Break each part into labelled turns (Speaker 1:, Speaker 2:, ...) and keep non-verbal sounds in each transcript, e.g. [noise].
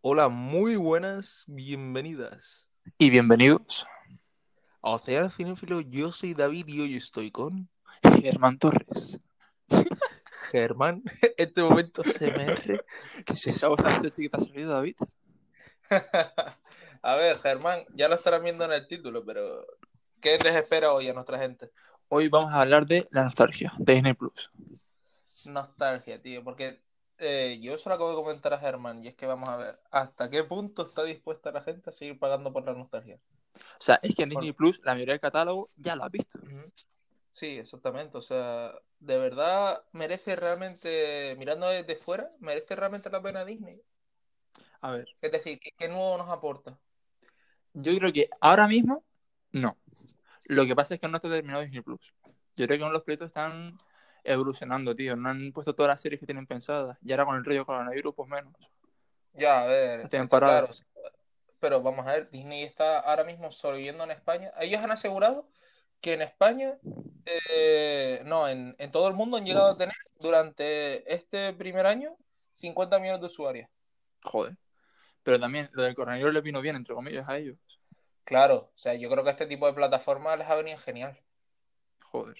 Speaker 1: Hola, muy buenas, bienvenidas.
Speaker 2: Y bienvenidos,
Speaker 1: A Océano Cinéfilo, yo soy David y hoy estoy con
Speaker 2: Germán Torres.
Speaker 1: Germán. [laughs] Este momento [laughs] CMR. ¿Qué es esto?
Speaker 2: Estamos a ver si te ha salido, David.
Speaker 1: [laughs] A ver, Germán, ya lo estarán viendo en el título, pero ¿qué les espera hoy a nuestra gente?
Speaker 2: Hoy vamos a hablar de la nostalgia de Disney Plus.
Speaker 1: Nostalgia, tío, porque eh, yo se lo acabo de comentar a Germán y es que vamos a ver hasta qué punto está dispuesta la gente a seguir pagando por la nostalgia.
Speaker 2: O sea, es que en Disney Plus la mayoría del catálogo ya lo has visto.
Speaker 1: Sí, exactamente. O sea, de verdad merece realmente, mirando desde fuera, merece realmente la pena Disney.
Speaker 2: A ver,
Speaker 1: Es decir, ¿qué, qué nuevo nos aporta?
Speaker 2: yo creo que ahora mismo no. Lo que pasa es que no está terminado Disney Plus. Yo creo que los proyectos están evolucionando, tío. No han puesto todas las series que tienen pensadas. Y ahora con el rollo coronavirus, pues menos.
Speaker 1: Ya, a ver,
Speaker 2: Las tienen
Speaker 1: está claro.
Speaker 2: paradas.
Speaker 1: Pero vamos a ver, Disney está ahora mismo sobreviviendo en España. Ellos han asegurado que en España, eh, no, en, en todo el mundo han llegado a tener durante este primer año 50 millones de usuarios.
Speaker 2: Joder. Pero también lo del coronavirus les vino bien, entre comillas, a ellos.
Speaker 1: Claro, o sea, yo creo que este tipo de plataformas les ha venido genial.
Speaker 2: Joder.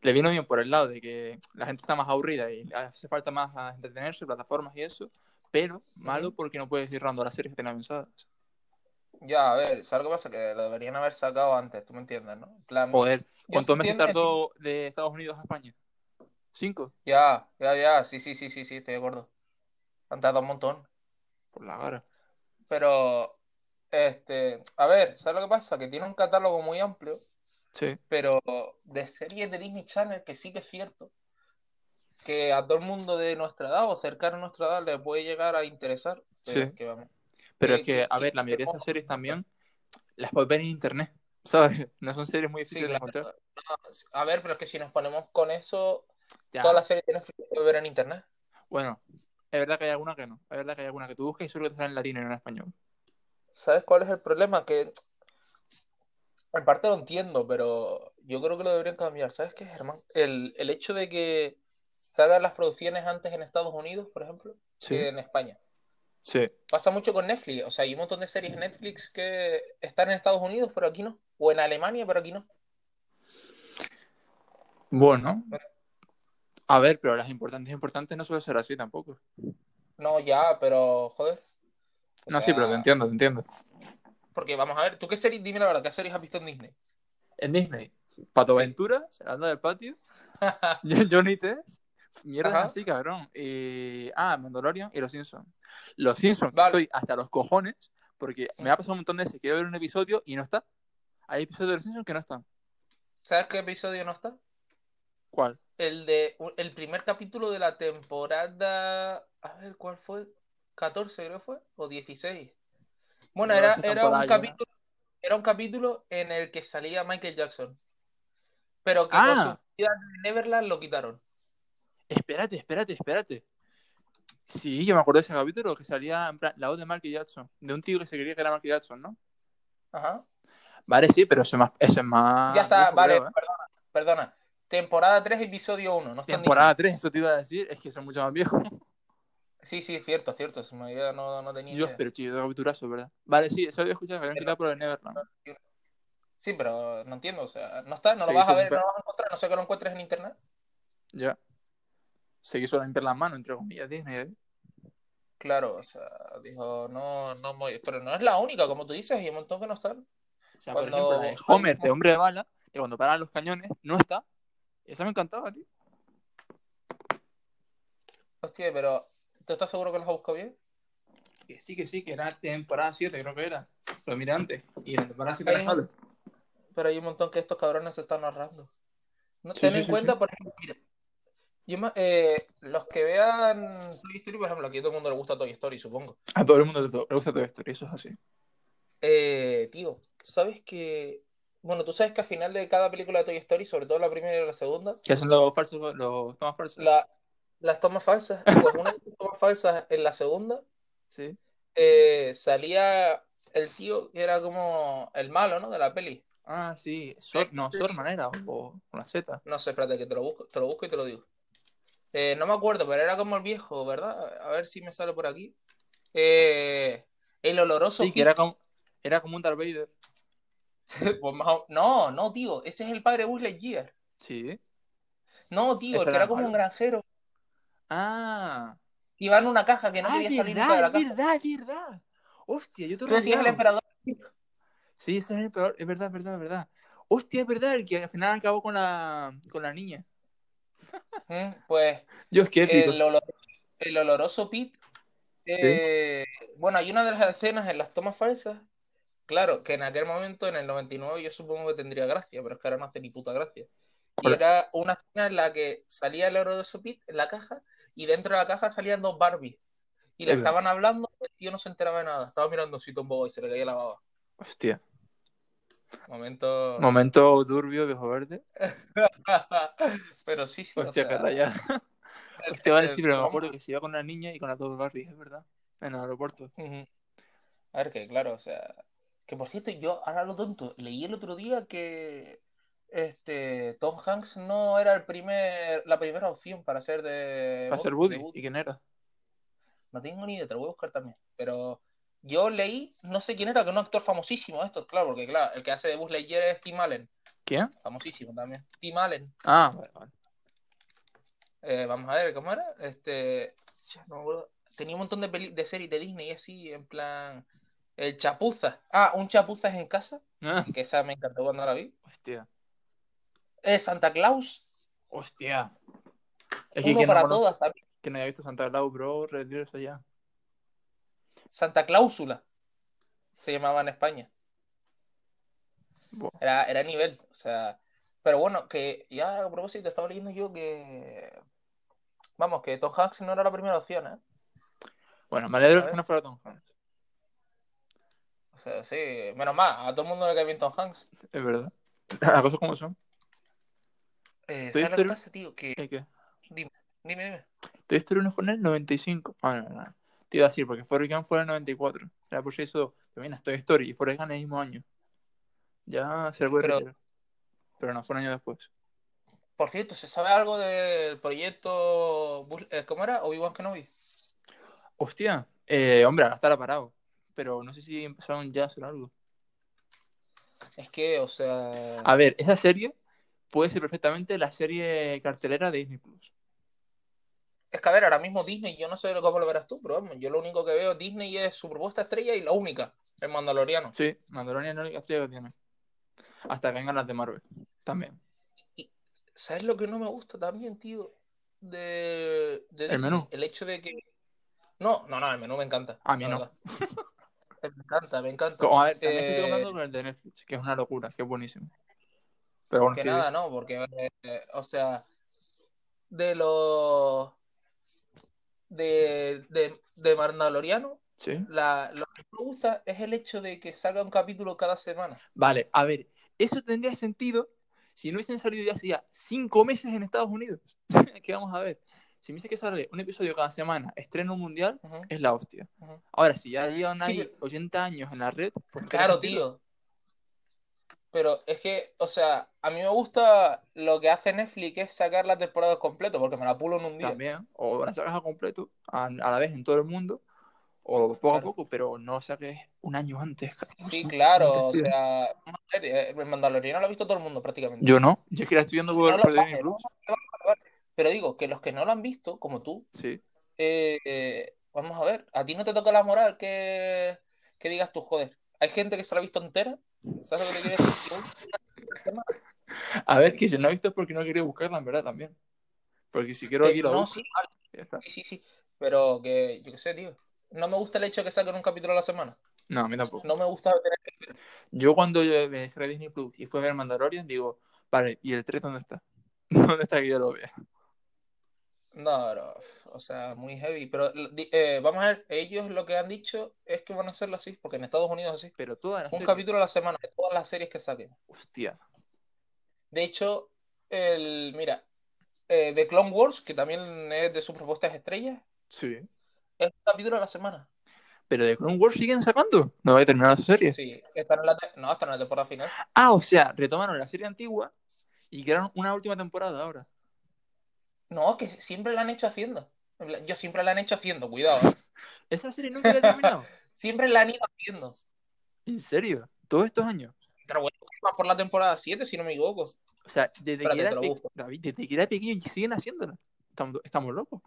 Speaker 2: Le vino bien por el lado de que la gente está más aburrida y hace falta más a entretenerse, plataformas y eso, pero malo porque no puedes ir rando las series que tenía pensadas.
Speaker 1: Ya, a ver, ¿sabes lo que pasa? Que lo deberían haber sacado antes, tú me entiendes, ¿no? En plan,
Speaker 2: Joder, ¿cuántos meses
Speaker 1: entiendo-
Speaker 2: tardó de Estados Unidos a España? ¿Cinco?
Speaker 1: ya, ya, ya, sí, sí, sí, sí, sí, estoy de acuerdo. Han tardado un montón.
Speaker 2: Por la cara.
Speaker 1: Pero, este, a ver, ¿sabes lo que pasa? Que tiene un catálogo muy amplio,
Speaker 2: Sí.
Speaker 1: pero de series de Disney Channel, que sí que es cierto, que a todo el mundo de nuestra edad o cercano a nuestra edad le puede llegar a interesar, pero
Speaker 2: Sí.
Speaker 1: es que vamos.
Speaker 2: Pero
Speaker 1: Sí,
Speaker 2: es que,
Speaker 1: sí,
Speaker 2: a
Speaker 1: sí,
Speaker 2: ver, la mayoría de
Speaker 1: tengo-
Speaker 2: estas series también las puedes ver en internet, [laughs] ¿sabes? No son series muy
Speaker 1: Sí,
Speaker 2: difíciles de
Speaker 1: claro.
Speaker 2: encontrar.
Speaker 1: A ver, pero es que si nos ponemos con eso,
Speaker 2: Ya.
Speaker 1: todas las series tienen que ver en internet.
Speaker 2: Bueno, es verdad que hay alguna que no. Es verdad que hay alguna que tú buscas y solo te sale en latino y no en español.
Speaker 1: ¿Sabes cuál es el problema? Que en parte lo entiendo, pero yo creo que lo deberían cambiar. ¿Sabes qué, Germán? El, el hecho de que se hagan las producciones antes en Estados Unidos, por ejemplo, que
Speaker 2: Sí.
Speaker 1: en España.
Speaker 2: Sí.
Speaker 1: Pasa mucho con Netflix. O sea, hay un montón de series en Netflix que están en Estados Unidos, pero aquí no. O en Alemania, pero aquí no.
Speaker 2: Bueno, a ver, pero las importantes importantes no suele ser así tampoco.
Speaker 1: No, ya, pero joder. O
Speaker 2: No, sí,
Speaker 1: sea,
Speaker 2: pero te entiendo, te entiendo.
Speaker 1: porque vamos a ver, ¿tú qué series? Dime la verdad, ¿qué series has visto en Disney?
Speaker 2: En Disney, Pato
Speaker 1: Sí.
Speaker 2: Ventura, se la anda del [laughs] patio, Jo- Johnny Test, mierdas
Speaker 1: Ajá.
Speaker 2: así, cabrón. Y... Ah, Mandalorian y Los Simpsons. Los Simpsons, que
Speaker 1: Vale.
Speaker 2: estoy hasta los cojones, porque me ha pasado un montón de veces. Quiero ver un episodio y no está. Hay episodios de Los Simpsons que no están.
Speaker 1: ¿Sabes qué episodio no está?
Speaker 2: ¿Cuál?
Speaker 1: El de el primer capítulo de la temporada. A ver, ¿cuál fue? 14 creo fue. O 16. Bueno,
Speaker 2: No,
Speaker 1: era,
Speaker 2: esa
Speaker 1: era
Speaker 2: temporada
Speaker 1: un
Speaker 2: ya.
Speaker 1: capítulo, era un capítulo en el que salía Michael Jackson. Pero que con
Speaker 2: Ah,
Speaker 1: su vida en Neverland lo quitaron.
Speaker 2: espérate, espérate, espérate. Sí, yo me acuerdo de ese capítulo que salía en plan, la voz de Marky Jackson, de un tío que se creía que era Marky Jackson, ¿no?
Speaker 1: Ajá.
Speaker 2: Vale, sí, pero eso es más, eso es más
Speaker 1: Ya está,
Speaker 2: viejo,
Speaker 1: vale,
Speaker 2: creo, ¿eh?
Speaker 1: perdona, perdona. Temporada 3, episodio 1, no está en
Speaker 2: Temporada 3, eso te iba a decir, es que son mucho más viejos.
Speaker 1: Disney. Sí, sí, cierto, cierto. se me había- no, no tenía
Speaker 2: Dios,
Speaker 1: idea.
Speaker 2: pero chido, capturazo, ¿verdad? Vale, sí, eso había escuchado que habían
Speaker 1: Pero-
Speaker 2: quitado por el Neverland.
Speaker 1: Sí, pero no entiendo, o sea, no está, no
Speaker 2: Se
Speaker 1: lo vas a
Speaker 2: quiso
Speaker 1: ver, no
Speaker 2: limpiar,
Speaker 1: lo vas a encontrar, no sé que lo encuentres en internet.
Speaker 2: ya. Se quiso limpiar las manos, entre comillas, Disney. ¿eh?
Speaker 1: Claro, o sea, dijo, no, no, muy- pero no es la única, como tú dices, hay un montón que no están.
Speaker 2: O sea, por ejemplo,
Speaker 1: Cuando
Speaker 2: la de
Speaker 1: hay
Speaker 2: Homer, de Hombre de Bala, que cuando paran los cañones, no está. Esa me encantaba, tío.
Speaker 1: Hostia, pero ¿tú estás seguro que los has buscado bien?
Speaker 2: Que sí, que sí, que era temporada 7, creo que era. Lo miré antes. Y en la temporada 7
Speaker 1: Hay
Speaker 2: no
Speaker 1: un-
Speaker 2: sale.
Speaker 1: pero hay un montón que estos cabrones se están ahorrando. No,
Speaker 2: Sí,
Speaker 1: ten
Speaker 2: sí,
Speaker 1: en
Speaker 2: sí,
Speaker 1: cuenta,
Speaker 2: sí.
Speaker 1: por ejemplo, mira, yo me- eh, los que vean Toy Story, por ejemplo, aquí a todo el mundo le gusta Toy Story, supongo.
Speaker 2: A todo el mundo le to- le gusta Toy Story, eso es así.
Speaker 1: Eh, tío, ¿sabes que... Bueno, tú sabes que al final de cada película de Toy Story, sobre todo la primera y la segunda,
Speaker 2: Que hacen los falsos, los tomas falsos.
Speaker 1: la- las tomas falsas, pues una de las tomas falsas en la segunda,
Speaker 2: Sí.
Speaker 1: eh, salía el tío que era como el malo, ¿no? De la peli.
Speaker 2: Ah, sí. Sor- no, Sorman era, o una Z.
Speaker 1: No sé, espérate, que te lo busco, te lo busco y te lo digo. Eh, no me acuerdo, pero era como el viejo, ¿verdad? A ver si me sale por aquí. eh, el oloroso
Speaker 2: Sí, que era como, era como un Darth Vader.
Speaker 1: Kid. Pues más o- No, no, tío, ese es el padre Buzz Lightyear.
Speaker 2: Sí.
Speaker 1: No, tío,
Speaker 2: Ese
Speaker 1: el que
Speaker 2: era
Speaker 1: era
Speaker 2: el
Speaker 1: como un
Speaker 2: malo.
Speaker 1: granjero.
Speaker 2: Ah.
Speaker 1: que Iba en una caja que no
Speaker 2: ah,
Speaker 1: quería
Speaker 2: es
Speaker 1: salir nunca de
Speaker 2: verdad,
Speaker 1: la
Speaker 2: es
Speaker 1: caja.
Speaker 2: verdad, es verdad. Hostia, yo te
Speaker 1: Tú
Speaker 2: lo
Speaker 1: decías el
Speaker 2: olvidaba.
Speaker 1: emperador.
Speaker 2: Sí, ese es el peor. Es verdad, es verdad, es verdad. Hostia, es verdad, el que al final acabó con la, con la niña.
Speaker 1: Mm, Pues
Speaker 2: Dios, qué épico.
Speaker 1: el, olor- el oloroso Pit. eh, Bueno, hay una de las escenas en las tomas falsas. Claro, que en aquel momento, en el 99, yo supongo que tendría gracia, pero es que ahora no hace ni puta gracia. Y
Speaker 2: Hola.
Speaker 1: era una escena en la que salía el oloroso Pit en la caja y dentro de la caja salían dos Barbies. Y le
Speaker 2: Es verdad.
Speaker 1: estaban hablando, el tío no se enteraba de nada. Estaba mirando si Tomboy y se le caía la baba.
Speaker 2: Hostia.
Speaker 1: Momento.
Speaker 2: Momento turbio, viejo verde.
Speaker 1: [laughs] pero sí, sí. o
Speaker 2: Hostia,
Speaker 1: sea,
Speaker 2: qué rayada. Hostia, vale, sí, pero me
Speaker 1: vamos.
Speaker 2: acuerdo que se iba con la niña y con las dos Barbies, es verdad. En el aeropuerto.
Speaker 1: Ujú. A ver, que claro, o sea, que por cierto, yo ahora lo tonto, leí el otro día que este Tom Hanks no era el primer, la primera opción para ser de,
Speaker 2: Va a ser
Speaker 1: de
Speaker 2: Woody.
Speaker 1: Woody.
Speaker 2: ¿Y quién era?
Speaker 1: No tengo ni idea, te lo voy a buscar también. Pero yo leí, no sé quién era, que un actor famosísimo de estos, claro, porque claro, el que hace de Buzz Lightyear es Tim Allen,
Speaker 2: ¿Quién?
Speaker 1: famosísimo también. Tim Allen,
Speaker 2: Ah, vale, vale.
Speaker 1: Eh, vamos a ver, ¿cómo era? Este, ya no me acuerdo. Tenía un montón de, peli- de series de Disney y así, en plan, el Chapuzas. Ah, un Chapuzas en casa.
Speaker 2: Ah,
Speaker 1: que esa me encantó cuando la vi.
Speaker 2: hostia.
Speaker 1: Eh, Santa Claus,
Speaker 2: Hostia. Es que
Speaker 1: uno
Speaker 2: quien no,
Speaker 1: para
Speaker 2: conoce-
Speaker 1: todas también.
Speaker 2: quien no haya visto Santa Claus, bro, retírese ya.
Speaker 1: Santa Cláusula se llamaba en España.
Speaker 2: Buah.
Speaker 1: Era, era nivel, o sea. Pero bueno, que ya a propósito, estaba leyendo yo que. Vamos, que Tom Hanks no era la primera opción, ¿eh?
Speaker 2: Bueno, me alegro
Speaker 1: A
Speaker 2: que
Speaker 1: ver.
Speaker 2: no fuera Tom Hanks.
Speaker 1: O sea, sí, menos mal, a todo el mundo le cae bien Tom Hanks.
Speaker 2: Es verdad. Las cosas como son.
Speaker 1: Eh,
Speaker 2: Toy
Speaker 1: ¿Sabes lo que
Speaker 2: Story-
Speaker 1: pasa, tío? Que.
Speaker 2: ¿Qué, qué?
Speaker 1: Dime, dime.
Speaker 2: Toy Story 1 fue en el 95. Ah, no, no, no. Te iba a decir, porque Forrest Gump fue en el 94. La por eso también Toy Story y Forrest Gump en el mismo año. Ya se lo puede
Speaker 1: Pero-
Speaker 2: retirar. Pero no, fue un año después.
Speaker 1: Por cierto, ¿se sabe algo del proyecto. Bus- eh, ¿Cómo era? Obi-Wan Kenobi.
Speaker 2: Hostia, eh, hombre, ahora estará parado. Pero no sé si empezaron ya a hacer algo.
Speaker 1: Es que, o sea.
Speaker 2: A ver, esa serie puede ser perfectamente la serie cartelera de Disney Plus.
Speaker 1: Es que a ver, ahora mismo Disney, yo no sé cómo lo verás tú, pero vamos, yo lo único que veo Disney es su propuesta estrella y la única, el Mandaloriano.
Speaker 2: Sí, Mandalorian es la única serie que tiene. Hasta que vengan las de Marvel. También.
Speaker 1: ¿Sabes lo que no me gusta también, tío? De, de
Speaker 2: El menú.
Speaker 1: El hecho de que. No, no, no, el menú me encanta.
Speaker 2: A mí
Speaker 1: la
Speaker 2: no.
Speaker 1: verdad. [laughs] me encanta, me encanta.
Speaker 2: Como, a ver, también estoy
Speaker 1: Eh,
Speaker 2: tocando con el de Netflix, que es una locura, que es buenísimo. Pero bueno,
Speaker 1: Que
Speaker 2: sí,
Speaker 1: nada, no, porque, eh, o sea, de los. De, de, de Mandaloriano,
Speaker 2: sí.
Speaker 1: la, lo que me gusta es el hecho de que salga un capítulo cada semana.
Speaker 2: Vale, a ver, eso tendría sentido si no hubiesen salido ya hacía cinco meses en Estados Unidos. [laughs] que vamos a ver. Si me dice que sale un episodio cada semana, estreno mundial,
Speaker 1: Ujú.
Speaker 2: es la hostia.
Speaker 1: Ujú.
Speaker 2: Ahora, si ya llevan
Speaker 1: Sí,
Speaker 2: ahí
Speaker 1: pero-
Speaker 2: 80 años en la red, pues tiene
Speaker 1: Claro,
Speaker 2: sentido.
Speaker 1: tío. Pero es que, o sea, a mí me gusta lo que hace Netflix es sacar la temporada completa, porque me la pulo en un día.
Speaker 2: También, o la sacas a completo, a, a la vez en todo el mundo, o poco
Speaker 1: Claro.
Speaker 2: a poco, pero no saques un año antes.
Speaker 1: Sí, claro, o
Speaker 2: Hostia.
Speaker 1: sea, vamos a ver, eh, el Mandaloriano lo ha visto todo el mundo prácticamente.
Speaker 2: Yo no, yo es que la estoy viendo por,
Speaker 1: No lo-
Speaker 2: por Disney Plus.
Speaker 1: Pero digo, que los que no lo han visto, como tú,
Speaker 2: Sí.
Speaker 1: eh, eh, vamos a ver, a ti no te toca la moral que, que digas tú, joder. Hay gente que se la ha visto entera, ¿sabes lo que te quiero decir? [laughs]
Speaker 2: A ver, que si no he visto es porque no he querido buscarla, en verdad, también. Porque si quiero
Speaker 1: Que-
Speaker 2: aquí la
Speaker 1: Eh, no,
Speaker 2: busco,
Speaker 1: sí,
Speaker 2: ya está.
Speaker 1: sí, sí, sí, pero que, yo qué sé, tío. No me gusta el hecho de que saquen un capítulo a la semana.
Speaker 2: No, a mí tampoco.
Speaker 1: No me gusta tener que...
Speaker 2: Yo cuando yo me descargué Disney Plus y fue a ver Mandalorian, digo, vale, ¿y el 3 dónde está? [laughs] ¿Dónde está que yo lo vea?
Speaker 1: No, no, f- o sea, muy heavy. Pero lo- di- eh, vamos a ver, ellos lo que han dicho es que van a hacerlo así, porque en Estados Unidos es así.
Speaker 2: Pero todas las
Speaker 1: Un
Speaker 2: series-
Speaker 1: capítulo a la semana de todas las series que saquen.
Speaker 2: Hostia.
Speaker 1: De hecho, el, mira, eh, The Clone Wars, que también es de sus propuestas estrellas,
Speaker 2: Sí.
Speaker 1: es un capítulo a la semana.
Speaker 2: ¿Pero de Clone Wars siguen sacando? No había terminado esa serie.
Speaker 1: Sí, están en la, te- no, están en la temporada final.
Speaker 2: Ah, o sea, retomaron la serie antigua y crearon una última temporada ahora.
Speaker 1: No, que siempre lo han hecho haciendo. En plan, Yo siempre la han hecho haciendo, cuidado. ¿eh?
Speaker 2: ¿Esa serie nunca la he terminado?
Speaker 1: [laughs] Siempre la han ido haciendo.
Speaker 2: ¿En serio? ¿Todos estos años?
Speaker 1: Pero bueno, va por la temporada 7, si no me equivoco.
Speaker 2: O sea, desde
Speaker 1: Espérate,
Speaker 2: que era,
Speaker 1: te lo
Speaker 2: pe-
Speaker 1: busco.
Speaker 2: David, desde que era pequeño y siguen haciéndola. Estamos, estamos locos.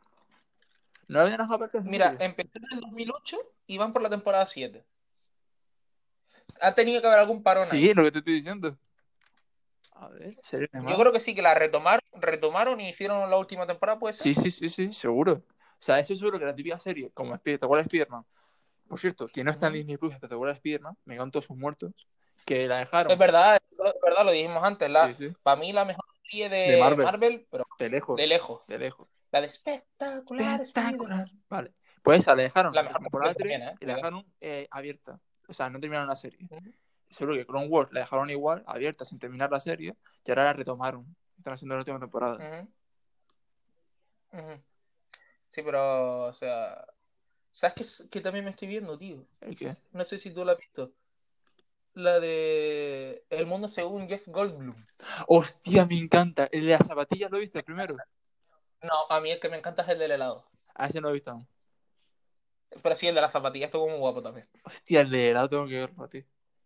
Speaker 2: No habían dejado aparte.
Speaker 1: Mira, eh, empezó en el 2008 y van por la temporada 7. Ha tenido que haber algún parón ahí.
Speaker 2: Sí, lo que te estoy diciendo. A ver, serie
Speaker 1: Yo creo que sí, que la retomaron, retomaron y hicieron la última temporada, puede ser.
Speaker 2: Sí, sí, sí, sí, seguro. O sea, eso es seguro que la típica serie, como Espectacular Spider-Man. Por cierto, que no está en
Speaker 1: Ujú.
Speaker 2: Disney Plus, Espectacular Spider-Man, me cago en todos sus muertos, que la dejaron.
Speaker 1: Es verdad, es verdad, lo dijimos antes. La,
Speaker 2: Sí, sí,
Speaker 1: Para mí la mejor serie de,
Speaker 2: De Marvel.
Speaker 1: Marvel. pero
Speaker 2: de lejos.
Speaker 1: de lejos.
Speaker 2: de lejos.
Speaker 1: La de espectacular.
Speaker 2: Espectacular.
Speaker 1: Spider-Man.
Speaker 2: Vale. Pues esa, la dejaron.
Speaker 1: La
Speaker 2: La
Speaker 1: mejor
Speaker 2: temporada
Speaker 1: película
Speaker 2: 3
Speaker 1: también, ¿eh?
Speaker 2: y la dejaron eh, abierta. O sea, no terminaron la serie.
Speaker 1: Ujú.
Speaker 2: Seguro que Clone Wars la dejaron igual, abierta, sin terminar la serie, y ahora la retomaron. Están haciendo la última temporada.
Speaker 1: Ujú. Ujú. Sí, pero, o sea. ¿Sabes qué, es- que también me estoy viendo, tío?
Speaker 2: ¿El qué?
Speaker 1: No sé si tú la has visto. La de El mundo según Jeff Goldblum.
Speaker 2: ¡Hostia, me encanta! El de las zapatillas lo he visto primero.
Speaker 1: No, a mí el que me encanta es el del helado.
Speaker 2: A ese no lo he visto aún.
Speaker 1: Pero sí, el de las zapatillas estuvo muy guapo también.
Speaker 2: Hostia, el de helado tengo que verlo, tío.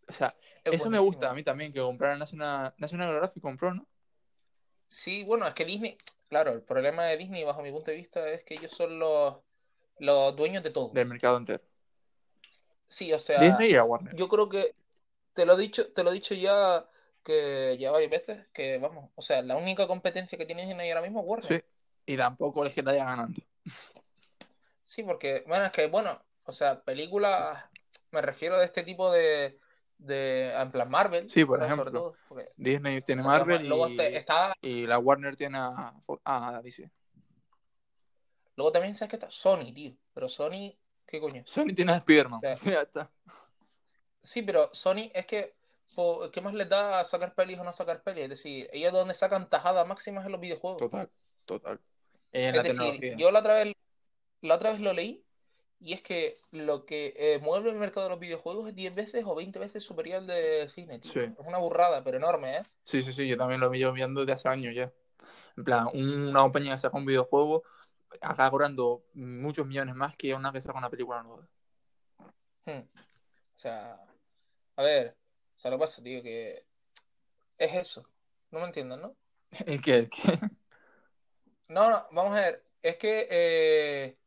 Speaker 2: O sea,
Speaker 1: Es
Speaker 2: eso me
Speaker 1: buenísimo.
Speaker 2: gusta a mí también, que compraron National, National Geographic, compró, ¿no?
Speaker 1: Sí, bueno, es que Disney, claro, el problema de Disney bajo mi punto de vista es que ellos son los, los dueños de todo.
Speaker 2: Del mercado entero.
Speaker 1: Sí, o sea,
Speaker 2: Disney y la Warner.
Speaker 1: yo creo que te lo he dicho, te lo he dicho ya que ya varias veces que vamos, o sea, la única competencia que tiene Disney ahora mismo es Warner.
Speaker 2: Sí. Y tampoco es que la haya ganando.
Speaker 1: Sí, porque, bueno, es que, bueno, o sea, películas, me refiero de este tipo de, de en plan Marvel,
Speaker 2: Sí, por
Speaker 1: ¿sabes?
Speaker 2: ejemplo.
Speaker 1: Sobre todo, porque-
Speaker 2: Disney tiene
Speaker 1: porque
Speaker 2: Marvel
Speaker 1: luego
Speaker 2: y,
Speaker 1: este- está,
Speaker 2: y la Warner tiene a, Fo- ah, a DC.
Speaker 1: luego también sabes que está Sony, tío, pero Sony, ¿qué coño?
Speaker 2: Sony tiene a Spider-Man.
Speaker 1: Sí.
Speaker 2: [laughs] Ya está.
Speaker 1: Sí, pero Sony es que, po, ¿qué más les da a sacar pelis o no sacar pelis? Es decir, ellos donde sacan tajada máxima es en los videojuegos.
Speaker 2: Total, total. En
Speaker 1: es
Speaker 2: la
Speaker 1: decir,
Speaker 2: tecnología.
Speaker 1: yo la otra vez, la otra vez lo leí y es que lo que eh, mueve el mercado de los videojuegos es 10 veces o 20 veces superior al de cine, tío.
Speaker 2: Sí.
Speaker 1: Es una burrada, pero enorme, ¿eh?
Speaker 2: Sí, sí, sí, yo también lo llevo viendo desde hace años ya. En plan, un- una compañía que saca un videojuego acaba cobrando muchos millones más que una que saca una película nueva. [laughs]
Speaker 1: Hmm. O sea, a ver, o sea, lo que pasa, tío, que es eso. No me entiendes, ¿no?
Speaker 2: ¿El qué? ¿El qué?
Speaker 1: No, no, vamos a ver. Es que eh,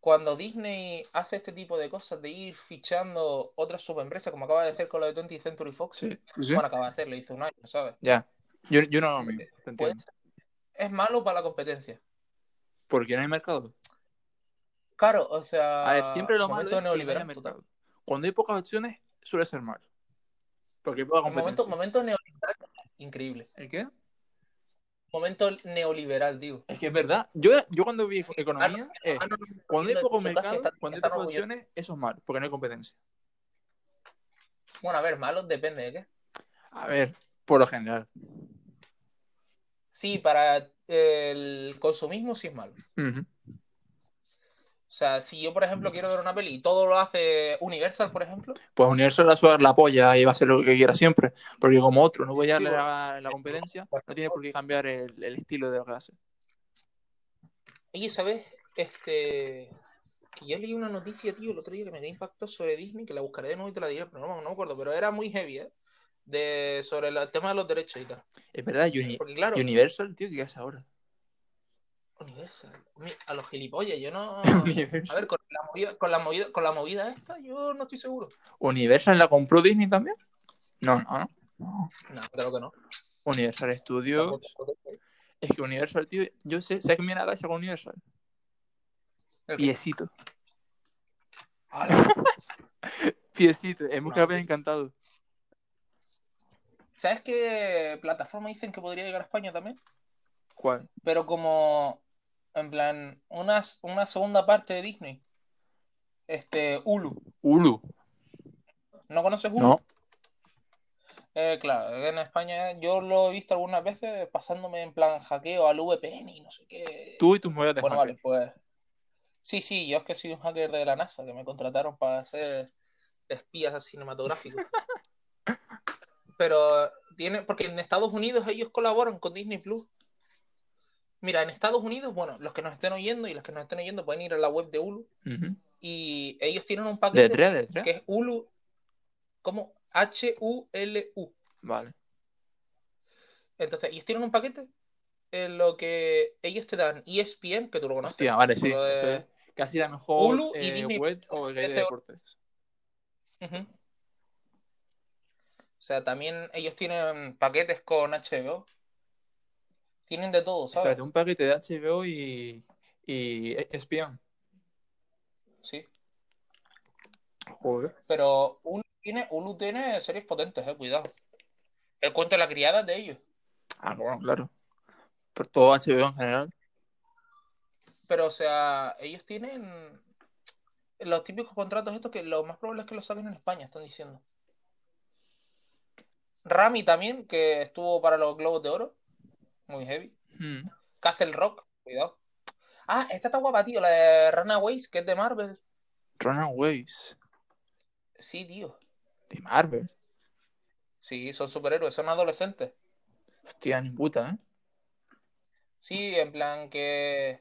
Speaker 1: cuando Disney hace este tipo de cosas de ir fichando otras subempresas, como acaba de hacer con la de 20th Century Fox,
Speaker 2: Sí, sí, sí.
Speaker 1: bueno, acaba de hacerlo, hizo un año, ¿sabes?
Speaker 2: Ya. Yo, yo no lo mismo, te
Speaker 1: Pues,
Speaker 2: entiendo.
Speaker 1: es malo para la competencia.
Speaker 2: Porque no hay mercado.
Speaker 1: Claro, o sea,
Speaker 2: A ver, siempre lo malo es
Speaker 1: ah, momento
Speaker 2: que no haya
Speaker 1: neoliberal. total.
Speaker 2: mercado. Cuando hay pocas opciones, suele ser malo. Porque hay poca competencia.
Speaker 1: Momento, momento neoliberal increíble.
Speaker 2: ¿El qué?
Speaker 1: Momento neoliberal, digo.
Speaker 2: Es que es verdad. Yo, yo cuando vi economía, eh,
Speaker 1: Ah, no, no,
Speaker 2: cuando hay
Speaker 1: en
Speaker 2: poco
Speaker 1: su casa
Speaker 2: mercado,
Speaker 1: están-
Speaker 2: cuando hay
Speaker 1: están
Speaker 2: pocas
Speaker 1: orgullosos.
Speaker 2: opciones, eso es malo, porque no hay competencia.
Speaker 1: Bueno, a ver, malo depende de qué.
Speaker 2: A ver, por lo general.
Speaker 1: Sí, para el consumismo sí es malo.
Speaker 2: Ujú.
Speaker 1: O sea, si yo, por ejemplo, quiero ver una peli y todo lo hace Universal, por ejemplo,
Speaker 2: Pues Universal va a sudar la polla y va a hacer lo que quiera siempre. Porque como otro no voy a darle
Speaker 1: Sí,
Speaker 2: la, la competencia, no tiene por qué cambiar el, el estilo de lo que hace.
Speaker 1: y ¿sabes? Este. Que yo leí una noticia, tío, el otro día que me dio impacto sobre Disney, que la buscaré de nuevo y te la diré, pero no, no me acuerdo, pero era muy heavy, ¿eh? De, sobre la- el tema de los derechos y tal.
Speaker 2: Es verdad, Uni-
Speaker 1: Porque, claro,
Speaker 2: Universal, tío, ¿qué hace ahora?
Speaker 1: Universal, mi- a los gilipollas, yo
Speaker 2: [coughs]
Speaker 1: no. A
Speaker 2: Universal.
Speaker 1: ver, con la movida, con la movida, con la movida esta, yo no estoy seguro.
Speaker 2: ¿Universal la compró Disney también? No, no, no. No.
Speaker 1: No, claro que no.
Speaker 2: Universal Studios.
Speaker 1: Tampoco-
Speaker 2: Es que Universal, tío, yo sé, sé que me la cabeza con Universal.
Speaker 1: El que-
Speaker 2: Piecito. Piecito. Es muy
Speaker 1: No,
Speaker 2: bien
Speaker 1: tío.
Speaker 2: encantado.
Speaker 1: ¿Sabes qué plataforma dicen que podría llegar a España también?
Speaker 2: ¿Cuál?
Speaker 1: pero como en plan una, una segunda parte de Disney. Este, Hulu.
Speaker 2: Hulu.
Speaker 1: ¿No conoces Hulu?
Speaker 2: No.
Speaker 1: Eh, claro, en España yo lo he visto algunas veces pasándome en plan hackeo al VPN y no sé qué.
Speaker 2: Tú y tus modelos de
Speaker 1: Bueno,
Speaker 2: hacker.
Speaker 1: vale, pues. Sí, sí, yo es que soy un hacker de la NASA, que me contrataron para hacer espías cinematográficos. Pero tiene, porque en Estados Unidos ellos colaboran con Disney Plus. Mira, en Estados Unidos, bueno, los que nos estén oyendo y los que nos estén oyendo pueden ir a la web de Hulu
Speaker 2: Ujú.
Speaker 1: y ellos tienen un
Speaker 2: De
Speaker 1: paquete
Speaker 2: tres, de tres.
Speaker 1: que es Hulu, como H-U-L-U.
Speaker 2: Vale.
Speaker 1: Entonces, ellos tienen un paquete en lo que ellos te dan E ESPN, que tú lo conoces.
Speaker 2: Hostia, vale, sí.
Speaker 1: Lo de-
Speaker 2: eso es casi la mejor
Speaker 1: Hulu y
Speaker 2: eh,
Speaker 1: Disney
Speaker 2: web o que hay de
Speaker 1: Ese-
Speaker 2: deportes.
Speaker 1: Ujú. O sea, también ellos tienen paquetes con HBO. Tienen de todo, ¿sabes?
Speaker 2: Espérate, un paquete de HBO y, y E ESPN.
Speaker 1: Sí.
Speaker 2: Joder.
Speaker 1: Pero Hulu tiene, Hulu tiene series potentes, eh, cuidado. El cuento de la criada es de ellos.
Speaker 2: Ah, bueno, claro. Pero todo HBO en general.
Speaker 1: Pero, o sea, ellos tienen los típicos contratos estos que lo más probable es que los saquen en España, están diciendo. Rami también, que estuvo para los Globos de Oro. Muy heavy.
Speaker 2: Mm.
Speaker 1: Castle Rock, cuidado. Ah, esta está guapa, tío, la de Runaways, que es de Marvel.
Speaker 2: Runaways.
Speaker 1: Sí, tío.
Speaker 2: De Marvel.
Speaker 1: Sí, son superhéroes, son adolescentes.
Speaker 2: Hostia, ni puta, ¿eh?
Speaker 1: Sí, en plan que...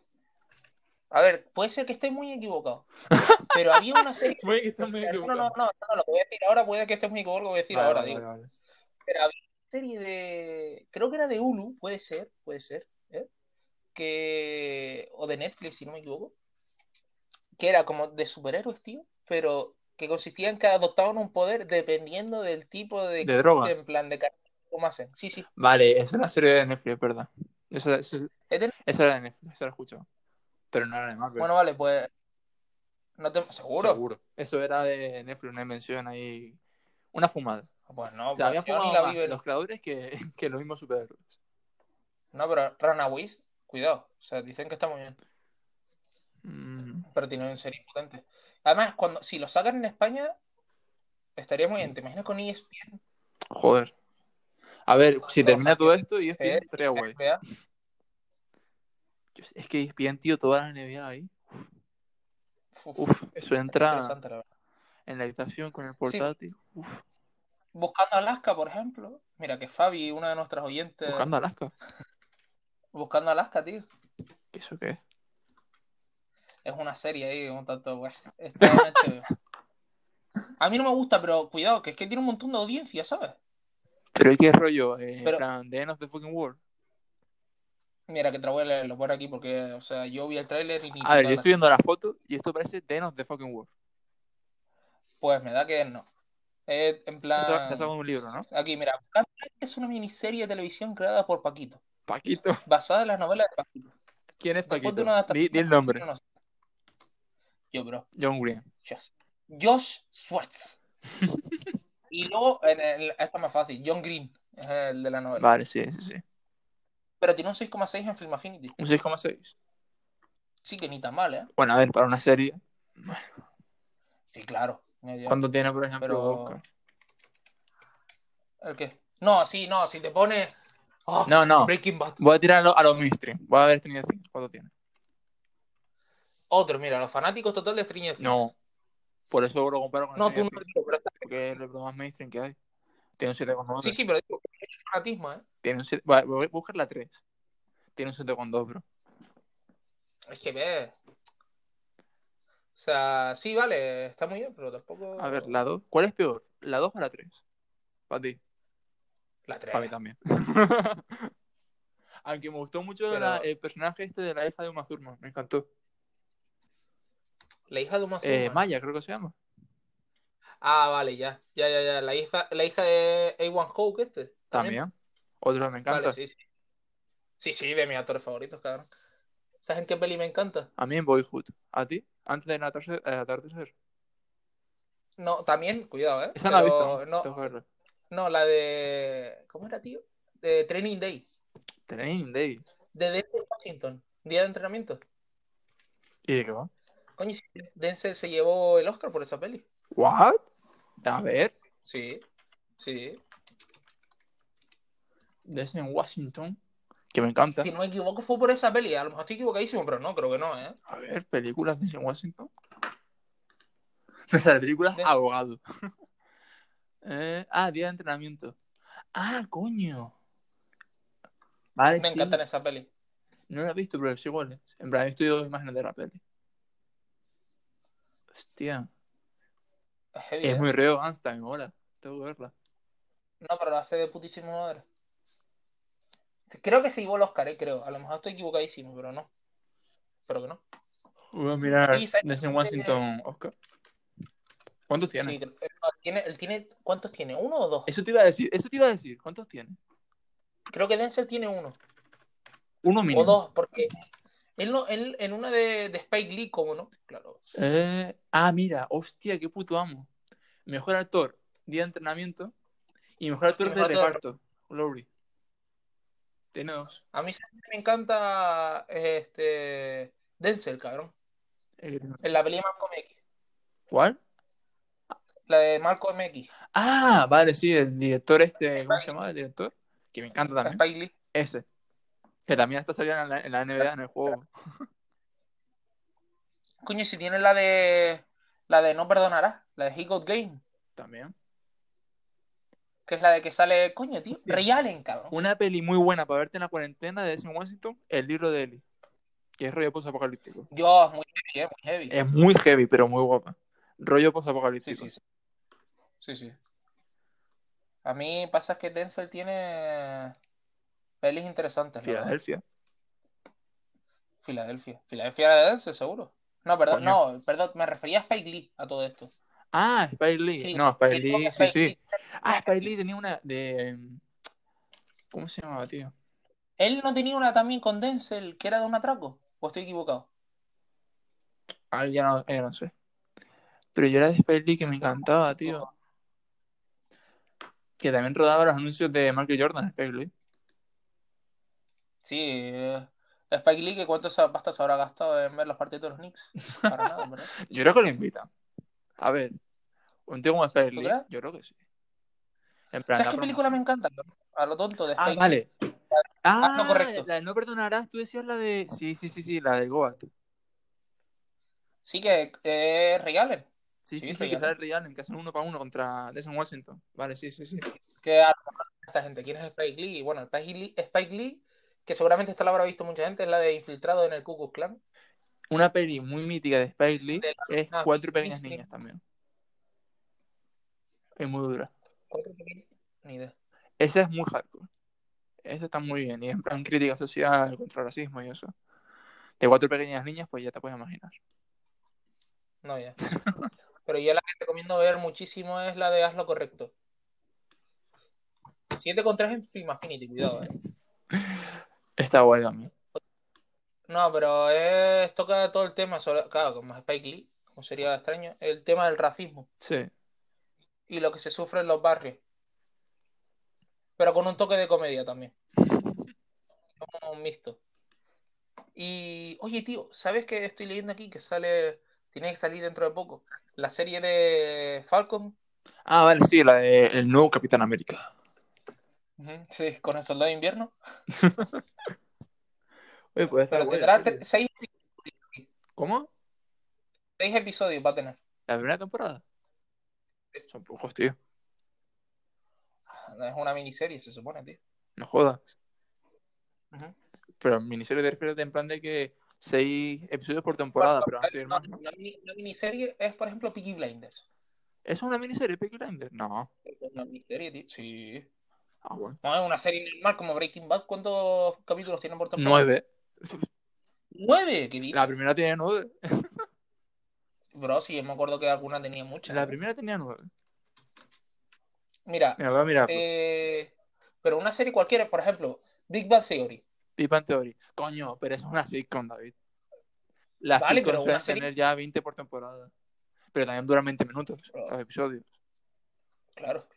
Speaker 1: A ver, puede ser que esté muy equivocado. Pero había una
Speaker 2: [laughs]
Speaker 1: serie...
Speaker 2: Güey, está muy
Speaker 1: No, no,
Speaker 2: equivocado.
Speaker 1: no, no, no, lo que voy a decir ahora puede que esté muy equivocado, lo que voy a decir
Speaker 2: Vale,
Speaker 1: ahora,
Speaker 2: vale,
Speaker 1: digo.
Speaker 2: vale, vale.
Speaker 1: Pero había una serie de... Creo que era de Hulu, puede ser, puede ser. ¿eh? Que... O de Netflix, si no me equivoco. Que era como de superhéroes, tío. Pero que consistía en que adoptaban un poder dependiendo del tipo de...
Speaker 2: De droga.
Speaker 1: En plan de... car- ¿Cómo hacen? Sí, sí.
Speaker 2: Vale, esa es la serie de Netflix, ¿verdad? Esa, esa,
Speaker 1: Es de-
Speaker 2: esa era de Netflix, esa la he escuchado. Pero no era de Marvel.
Speaker 1: Bueno, vale, pues... No te... ¿Seguro?
Speaker 2: Eso era de Netflix, una invención ahí. Una fumada.
Speaker 1: Pues no,
Speaker 2: O sea, había
Speaker 1: pues yo ni
Speaker 2: fumado
Speaker 1: la
Speaker 2: más
Speaker 1: vi venir.
Speaker 2: los creadores que, que los mismos superhéroes.
Speaker 1: No, pero Runaways, cuidado. O sea, dicen que está muy bien.
Speaker 2: Mm,
Speaker 1: Pero tiene un serie potente. Además, cuando, si lo sacan en España, estaría muy bien. ¿Te imaginas con E ESPN?
Speaker 2: joder. A ver, si termina todo esto, E y ESPN estaría guay.
Speaker 1: NBA?
Speaker 2: Yo- Es que E ESPN, tío, toda la NBA ahí.
Speaker 1: Uf,
Speaker 2: Uf, eso entra
Speaker 1: interesante, la verdad.
Speaker 2: en la habitación con el portátil. Uf,
Speaker 1: Buscando Alaska, por ejemplo. Mira que Fabi, una de nuestras oyentes,
Speaker 2: buscando Alaska.
Speaker 1: buscando Alaska, tío.
Speaker 2: ¿Qué ¿Eso qué es?
Speaker 1: Es una serie ahí, un tanto, güey. Está en HBO. A mí no me gusta, pero cuidado, que es que tiene un montón de audiencia, ¿sabes?
Speaker 2: Pero qué rollo, eh, en
Speaker 1: Pero-
Speaker 2: plan, The End of the Fucking World.
Speaker 1: Mira que te lo voy a leer, lo pone aquí porque, o sea, yo vi el tráiler y ni
Speaker 2: A ver,
Speaker 1: puta
Speaker 2: yo estoy viendo la foto y esto parece The End of the Fucking World.
Speaker 1: Pues me da que no. Eh, en
Speaker 2: Te
Speaker 1: plan.
Speaker 2: has sacado un libro, ¿no?
Speaker 1: Aquí, mira. Buscando Alaska es una miniserie de televisión creada por Paquito,
Speaker 2: Paquito.
Speaker 1: basada en las novelas de Paquito.
Speaker 2: ¿Quién es
Speaker 1: Después
Speaker 2: Paquito?
Speaker 1: de una adaptación
Speaker 2: Di, di el nombre.
Speaker 1: Yo no sé. Yo, bro.
Speaker 2: John Green.
Speaker 1: Josh. Josh Schwartz. y luego, en el, esta es más fácil. John Green es el de la novela.
Speaker 2: Vale, sí, sí, sí.
Speaker 1: Pero tiene un 6,6 en Film Affinity.
Speaker 2: Un 6,6.
Speaker 1: Sí, que ni tan mal, ¿eh?
Speaker 2: Bueno, a ver, para una serie.
Speaker 1: Sí, claro. Medio-
Speaker 2: ¿Cuánto tiene, por ejemplo,
Speaker 1: Pero-
Speaker 2: Oscar?
Speaker 1: ¿El qué? No, sí, no. Si te pones. Ah,
Speaker 2: No, no.
Speaker 1: Breaking Bad.
Speaker 2: Voy a tirarlo a los mainstream. Voy a ver Stranger Things. ¿Cuánto tiene?
Speaker 1: Otro, mira, los fanáticos total de Stranger Things.
Speaker 2: No. Por eso lo comparo con
Speaker 1: No, tú no.
Speaker 2: Stranger
Speaker 1: tío,
Speaker 2: Things,
Speaker 1: pero está-
Speaker 2: Porque es el más mainstream que hay. Tiene un 7,9.
Speaker 1: Sí, sí, pero digo, que es fanatismo, ¿eh?
Speaker 2: Tiene un 7... Vale, voy a buscar la 3. Tiene un 7,2, bro.
Speaker 1: Es que ves. O sea, sí, vale, está muy bien, pero tampoco.
Speaker 2: A ver, la 2. ¿Cuál es peor? ¿La 2 o la 3? Para ti.
Speaker 1: La tres.
Speaker 2: Para mí también. [laughs] Aunque me gustó mucho
Speaker 1: Pero-
Speaker 2: la- el personaje este de la hija de Uma Thurman. Me encantó.
Speaker 1: La hija de Uma
Speaker 2: Eh,
Speaker 1: Thurman.
Speaker 2: Maya, creo que se llama.
Speaker 1: Ah, vale, ya. Ya, ya, ya. La hija, la hija de A1 Hawke, este.
Speaker 2: También. Otro que me encanta.
Speaker 1: Vale, sí, sí. Sí, sí, de mis actores favoritos, cabrón. ¿Sabes en qué peli me encanta?
Speaker 2: A mí en Boyhood. ¿A ti? Antes de atardecer. eh, atardecer.
Speaker 1: No, también, cuidado, ¿eh?
Speaker 2: Esa no la he
Speaker 1: Pero
Speaker 2: visto. ¿no?
Speaker 1: No,
Speaker 2: Tengo que verla.
Speaker 1: no, la de. ¿Cómo era, tío? De Training Day.
Speaker 2: Training Day.
Speaker 1: De Denzel Washington. Día de entrenamiento.
Speaker 2: ¿Y de qué va?
Speaker 1: Coño, sí, Denzel se llevó el Oscar por esa peli.
Speaker 2: ¿What? A ver.
Speaker 1: Sí, sí.
Speaker 2: Desde en Washington. Que me encanta.
Speaker 1: Si no me equivoco, fue por esa peli. A lo mejor estoy equivocadísimo, pero no, creo que no, ¿eh?
Speaker 2: A ver, películas de en Washington. [laughs] Me sale películas
Speaker 1: De-
Speaker 2: abogado. [laughs] Eh, ah, día de entrenamiento. Ah, coño. Vale,
Speaker 1: Me
Speaker 2: sí.
Speaker 1: encantan esa peli.
Speaker 2: No la he visto, pero es igual. ¿eh? En plan, he visto yo imágenes de la peli. Hostia.
Speaker 1: Es heavy,
Speaker 2: Es
Speaker 1: ¿eh?
Speaker 2: muy reo Einstein, hola. Tengo que verla.
Speaker 1: No, pero lo hace de putísimo madre. Creo que se llevó el Oscar, eh, creo. A lo mejor estoy equivocadísimo, pero no. Espero que no.
Speaker 2: Voy a mirar
Speaker 1: Sí, ¿sabes
Speaker 2: Nelson
Speaker 1: qué?
Speaker 2: Washington Oscar. ¿Cuántos tiene?
Speaker 1: Sí, creo- eh, no, tiene, él tiene, ¿cuántos tiene? ¿Uno o dos?
Speaker 2: Eso te iba a decir, eso te iba a decir. ¿Cuántos tiene?
Speaker 1: Creo que Denzel tiene uno.
Speaker 2: Uno
Speaker 1: O
Speaker 2: mínimo.
Speaker 1: dos, porque él, no, él en una de, de Spike Lee, ¿cómo no? Claro.
Speaker 2: Eh, ah, mira, hostia, qué puto amo. Mejor actor, día de entrenamiento. Y mejor actor
Speaker 1: Y
Speaker 2: de
Speaker 1: mejor actor de-
Speaker 2: reparto, Lowry. Tiene dos.
Speaker 1: A mí siempre me encanta este Denzel, cabrón.
Speaker 2: El-
Speaker 1: En la peli de Malcolm X.
Speaker 2: ¿Cuál?
Speaker 1: La de Malcolm X.
Speaker 2: Ah, vale, sí, el director este, ¿cómo se llama el director? Que me encanta
Speaker 1: La
Speaker 2: también.
Speaker 1: Spike Lee.
Speaker 2: Ese. Que también está saliendo en la, en la NBA, en el juego.
Speaker 1: Coño, si tiene la de. La de No Perdonarás. La de He Got Game.
Speaker 2: También.
Speaker 1: Que es la de que sale. Coño, tío. Ray Allen, cabrón.
Speaker 2: Una peli muy buena para verte en la cuarentena de Jason Washington, El libro de Eli. Que es rollo posapocalíptico.
Speaker 1: Dios, muy heavy, eh, muy heavy.
Speaker 2: Es muy heavy, pero muy guapa. Rollo posapocalíptico.
Speaker 1: Sí, sí, sí. Sí, sí. A mí pasa que Denzel tiene pelis interesantes, la verdad.
Speaker 2: Filadelfia.
Speaker 1: Filadelfia. Filadelfia era de Denzel, seguro. No, perdón,
Speaker 2: Coño.
Speaker 1: no, perdón, me refería a Spike Lee a todo esto.
Speaker 2: Ah, Spike Lee.
Speaker 1: Sí,
Speaker 2: no, Spike
Speaker 1: Creo que
Speaker 2: Lee, sí,
Speaker 1: Spike
Speaker 2: sí.
Speaker 1: Lee-
Speaker 2: Ah, Spike Lee tenía una de. em, ¿Cómo se llamaba, tío?
Speaker 1: Él no tenía una también con Denzel que era de un atraco, o estoy equivocado.
Speaker 2: Ah, ya no, ya no sé. Pero yo era de Spike Lee que me encantaba, tío. Que también rodaba los anuncios de Michael Jordan, Spike Lee.
Speaker 1: Sí, eh, Spike Lee, que cuánto sa- pasta se habrá gastado en ver los partidos de los Knicks? Para nada, ¿verdad?
Speaker 2: Yo creo que lo invitan. A ver, un tío como Spike
Speaker 1: ¿Tú
Speaker 2: Lee,
Speaker 1: crees?
Speaker 2: yo creo que sí. En plan,
Speaker 1: ¿Sabes
Speaker 2: la
Speaker 1: qué
Speaker 2: promo-
Speaker 1: película me encanta? A lo tonto de
Speaker 2: Ah,
Speaker 1: Spike Lee.
Speaker 2: vale. Ah,
Speaker 1: no, correcto.
Speaker 2: la de No Perdonarás, tú decías la de. Sí, sí, sí, sí, la de Goat.
Speaker 1: Sí que eh, Ray Allen.
Speaker 2: Sí,
Speaker 1: Sí,
Speaker 2: sí, sí,
Speaker 1: Ray
Speaker 2: que
Speaker 1: Allen.
Speaker 2: sale Ray Allen, que hacen uno para uno contra Jason Washington. Vale, sí, sí, sí.
Speaker 1: que a esta gente, ¿quién es Spike Lee? Y Bueno, Spike Lee, Spike Lee, que seguramente esta la habrá visto mucha gente, es la de Infiltrado en el Ku Klux Klan.
Speaker 2: Una peli muy mítica de Spike Lee
Speaker 1: De
Speaker 2: es
Speaker 1: ah,
Speaker 2: Cuatro
Speaker 1: sí,
Speaker 2: Pequeñas
Speaker 1: sí.
Speaker 2: Niñas también. Es muy dura.
Speaker 1: Cuatro pequeños- Ni idea.
Speaker 2: Esa es muy hardcore. Esa está muy bien. Y en plan crítica social contra el racismo y eso. De Cuatro Pequeñas Niñas, pues ya te puedes imaginar.
Speaker 1: No, ya.
Speaker 2: [laughs]
Speaker 1: Pero yo la que recomiendo ver muchísimo es la de Haz lo correcto. 7 con 3 en Film Affinity, cuidado. eh.
Speaker 2: Está guay también.
Speaker 1: No, pero es, toca todo el tema, sobre, claro, como es Spike Lee, como sería extraño, el tema del racismo
Speaker 2: Sí.
Speaker 1: y lo que se sufre en los barrios. Pero con un toque de comedia también. Como un mixto. Y, oye, tío, ¿sabes qué estoy leyendo aquí? Que sale, tiene que salir dentro de poco. La serie de Falcon.
Speaker 2: Ah, vale, sí, la de El nuevo Capitán América.
Speaker 1: Ujú, Sí, con el soldado de invierno.
Speaker 2: Oye, pues está
Speaker 1: Pero
Speaker 2: guay,
Speaker 1: tendrá
Speaker 2: en serio.
Speaker 1: tre- seis,
Speaker 2: ¿Cómo?
Speaker 1: seis episodios va a tener.
Speaker 2: ¿La primera temporada? Son pocos, tío.
Speaker 1: Es una miniserie, se supone, tío.
Speaker 2: No jodas.
Speaker 1: Ujú.
Speaker 2: Pero miniserie te refieres en plan de que seis episodios por temporada, pero van a ser
Speaker 1: No,
Speaker 2: más, ¿no?
Speaker 1: una, mini- una miniserie es, por ejemplo, Peaky Blinders.
Speaker 2: ¿Es una miniserie, Peaky Blinders? No.
Speaker 1: Es una miniserie, tío. Sí.
Speaker 2: Ah, bueno.
Speaker 1: No, es una serie normal como Breaking Bad. ¿Cuántos capítulos tienen por temporada?
Speaker 2: Nueve.
Speaker 1: ¿Nueve? ¿Qué dices?
Speaker 2: La primera tenía nueve.
Speaker 1: Bro, sí, yo me acuerdo que alguna tenía muchas.
Speaker 2: La primera tenía nueve.
Speaker 1: Mira,
Speaker 2: Mira, voy a mirar.
Speaker 1: eh, pero una serie cualquiera, por ejemplo, Big Bang Theory.
Speaker 2: Big Bang Theory. Coño, pero eso es una sitcom, David. Las
Speaker 1: Vale, pero
Speaker 2: sitcoms
Speaker 1: una
Speaker 2: deben
Speaker 1: serie-
Speaker 2: tener ya 20 por temporada. Pero también duran 20 minutos los episodios.
Speaker 1: Claro.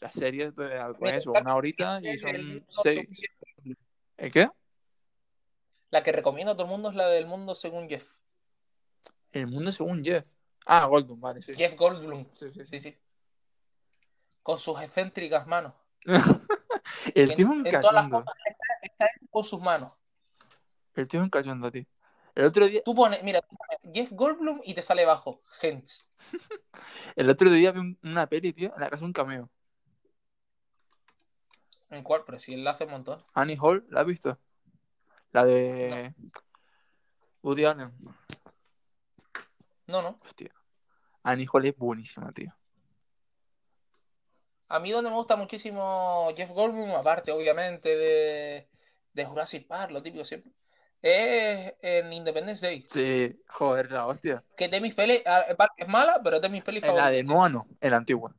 Speaker 2: Las series, pues,
Speaker 1: Mira,
Speaker 2: eso,
Speaker 1: la-
Speaker 2: una horita Ah, y son seis. ¿El qué?
Speaker 1: La que recomiendo a todo el mundo es la del mundo según Jeff.
Speaker 2: El mundo según Jeff. Ah, Goldman, vale, sí.
Speaker 1: Jeff Goldblum.
Speaker 2: Sí, sí, sí.
Speaker 1: Sí, sí. Con sus excéntricas manos.
Speaker 2: El
Speaker 1: En-
Speaker 2: tío es un
Speaker 1: en, todas las
Speaker 2: cachondo.
Speaker 1: fotos está, está él con sus manos.
Speaker 2: El tío es un cachondo, tío. El otro día,
Speaker 1: Tú pones, mira, tú pones Jeff Goldblum y te sale bajo. Gente.
Speaker 2: el otro día vi un- una peli, tío, en la casa de un cameo.
Speaker 1: En cual, pero si él la hace un montón.
Speaker 2: Annie Hall, ¿la has visto? La de. Woody Allen.
Speaker 1: No, no.
Speaker 2: Hostia. Annie Hall es buenísima, tío.
Speaker 1: A mí donde me gusta muchísimo Jeff Goldblum, aparte obviamente de, de Jurassic Park, lo típico siempre, es en Independence Day.
Speaker 2: Sí, joder, la hostia.
Speaker 1: Que es de mis pelis, a- es mala, pero es de mis pelis
Speaker 2: En la de
Speaker 1: favoritas.
Speaker 2: Noah no, en la antigua.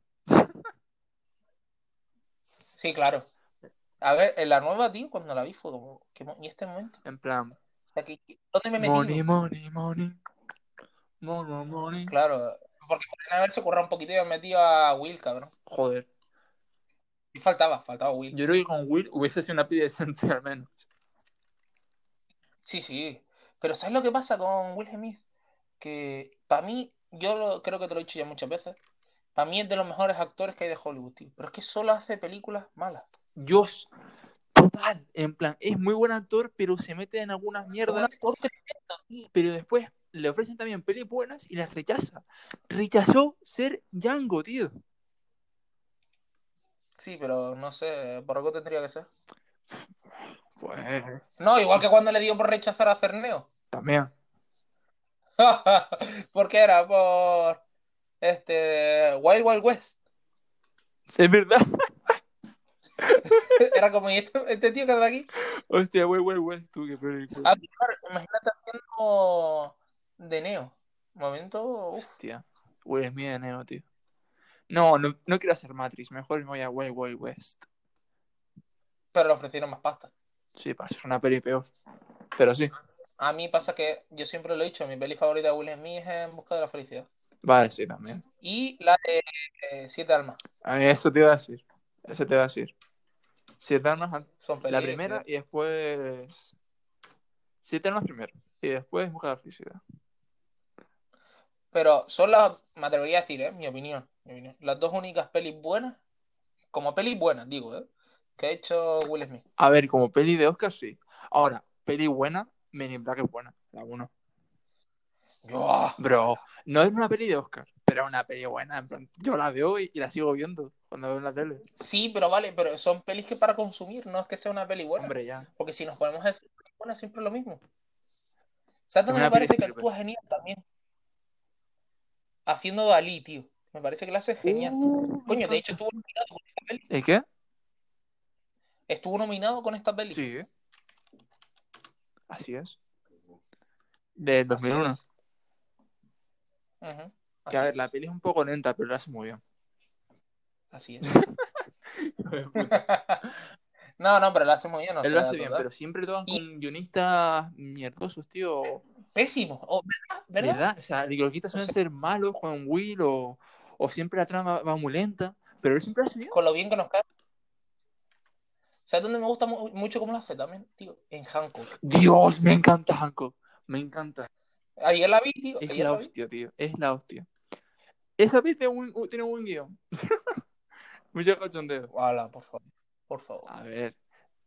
Speaker 1: Sí, claro. A ver, en la nueva, tío, cuando la vi fue como, ¿qué mo- ¿y este momento?
Speaker 2: En plan.
Speaker 1: O sea, ¿qué- qué- ¿Dónde me he metido?
Speaker 2: Money, money, money. Money, money.
Speaker 1: Claro, porque podrían haberse currado un poquito y haber metido a Will, cabrón.
Speaker 2: Joder.
Speaker 1: Y faltaba, faltaba Will.
Speaker 2: Yo creo que con Will hubiese sido una pide decente [laughs] al menos.
Speaker 1: Sí, sí. Pero ¿sabes lo que pasa con Will Smith? Que para mí, yo lo- creo que te lo he dicho ya muchas veces, para mí es de los mejores actores que hay de Hollywood, tío. Pero es que solo hace películas malas.
Speaker 2: Dios. Total. En plan, es muy buen actor, pero se mete en algunas
Speaker 1: Un
Speaker 2: mierdas.
Speaker 1: actor que-
Speaker 2: Pero después le ofrecen también pelis buenas y las rechaza. Rechazó ser Django, tío.
Speaker 1: Sí, pero no sé, por algo tendría que ser.
Speaker 2: Pues.
Speaker 1: No, igual que cuando le dio por rechazar a Cerneo. [laughs]
Speaker 2: También.
Speaker 1: Porque era por este Wild Wild West. [laughs]
Speaker 2: Es verdad. [laughs]
Speaker 1: Era como, ¿y este, este tío que es de aquí?
Speaker 2: Hostia, wey, wey, wey, tú qué película.
Speaker 1: Ah, claro, imagínate haciendo de Neo. Momento, uf.
Speaker 2: Hostia. Will Smith de nuevo, tío. No, no, no quiero hacer Matrix. Mejor me voy a Way Way West.
Speaker 1: pero le ofrecieron más pasta.
Speaker 2: Sí, para hacer una peli peor. Pero sí.
Speaker 1: A mí pasa que yo siempre lo he dicho, mi peli favorita de Will Smith es En busca de la felicidad.
Speaker 2: Vale, sí, también.
Speaker 1: Y la de eh, Siete Almas.
Speaker 2: A mí Ah, eso te iba a decir. Eso te iba a decir. Siete armas antes.
Speaker 1: Son pelis. eh,
Speaker 2: La primera y después. Siete armas primero. Y después busca la felicidad.
Speaker 1: Pero son las, me atrevería a decir, ¿eh? mi opinión, mi opinión, las dos únicas pelis buenas, como pelis buenas, digo, ¿eh? que ha hecho Will Smith.
Speaker 2: A ver, como peli de Oscar, sí. Ahora, peli buena, Men in Black es buena. La uno.
Speaker 1: ¡Buah!
Speaker 2: Bro, no es una peli de Oscar, pero es una peli buena. En plan, yo la veo y, y la sigo viendo cuando veo en la tele.
Speaker 1: Sí, pero vale, pero son pelis que para consumir, no es que sea una peli buena.
Speaker 2: Hombre, ya.
Speaker 1: Porque si nos ponemos a decir pelis buenas, siempre es lo mismo. ¿Sabes dónde
Speaker 2: Una
Speaker 1: me parece
Speaker 2: peli
Speaker 1: que
Speaker 2: de
Speaker 1: actúa genial también? Haciendo Dalí, tío. Me parece que la hace genial.
Speaker 2: Uh, me
Speaker 1: Coño, de hecho estuvo
Speaker 2: encanta.
Speaker 1: nominado con esta peli.
Speaker 2: ¿El qué?
Speaker 1: Estuvo nominado con esta peli.
Speaker 2: Sí. Así es. Del 2001.
Speaker 1: Así es. Ujú.
Speaker 2: Que a
Speaker 1: Así
Speaker 2: ver, la
Speaker 1: es.
Speaker 2: peli es un poco lenta, pero la hace muy bien.
Speaker 1: Así es. No, no, pero la hace muy bien. o
Speaker 2: Él lo
Speaker 1: sea,
Speaker 2: hace bien,
Speaker 1: total.
Speaker 2: pero siempre toman
Speaker 1: Y-
Speaker 2: con guionistas mierdosos, tío.
Speaker 1: Pésimo. Oh, ¿Verdad?
Speaker 2: ¿Verdad?
Speaker 1: ¿Verdad?
Speaker 2: O sea, los guionistas suelen ser malos, Juan Will, o, o siempre la trama va muy lenta, pero él siempre lo hace bien.
Speaker 1: Con lo bien que nos cae. ¿Sabes dónde me gusta mu- mucho cómo lo hace también, tío? En Hancock.
Speaker 2: Dios, me encanta Hancock. Me encanta.
Speaker 1: Ayer la vi, tío.
Speaker 2: Es
Speaker 1: Ayer
Speaker 2: la
Speaker 1: la vi.
Speaker 2: hostia, tío. Es la hostia. Esa peli tiene un, tiene un buen guión. [laughs] Mucho cachondeo.
Speaker 1: Hala, por favor. Por favor.
Speaker 2: A ver.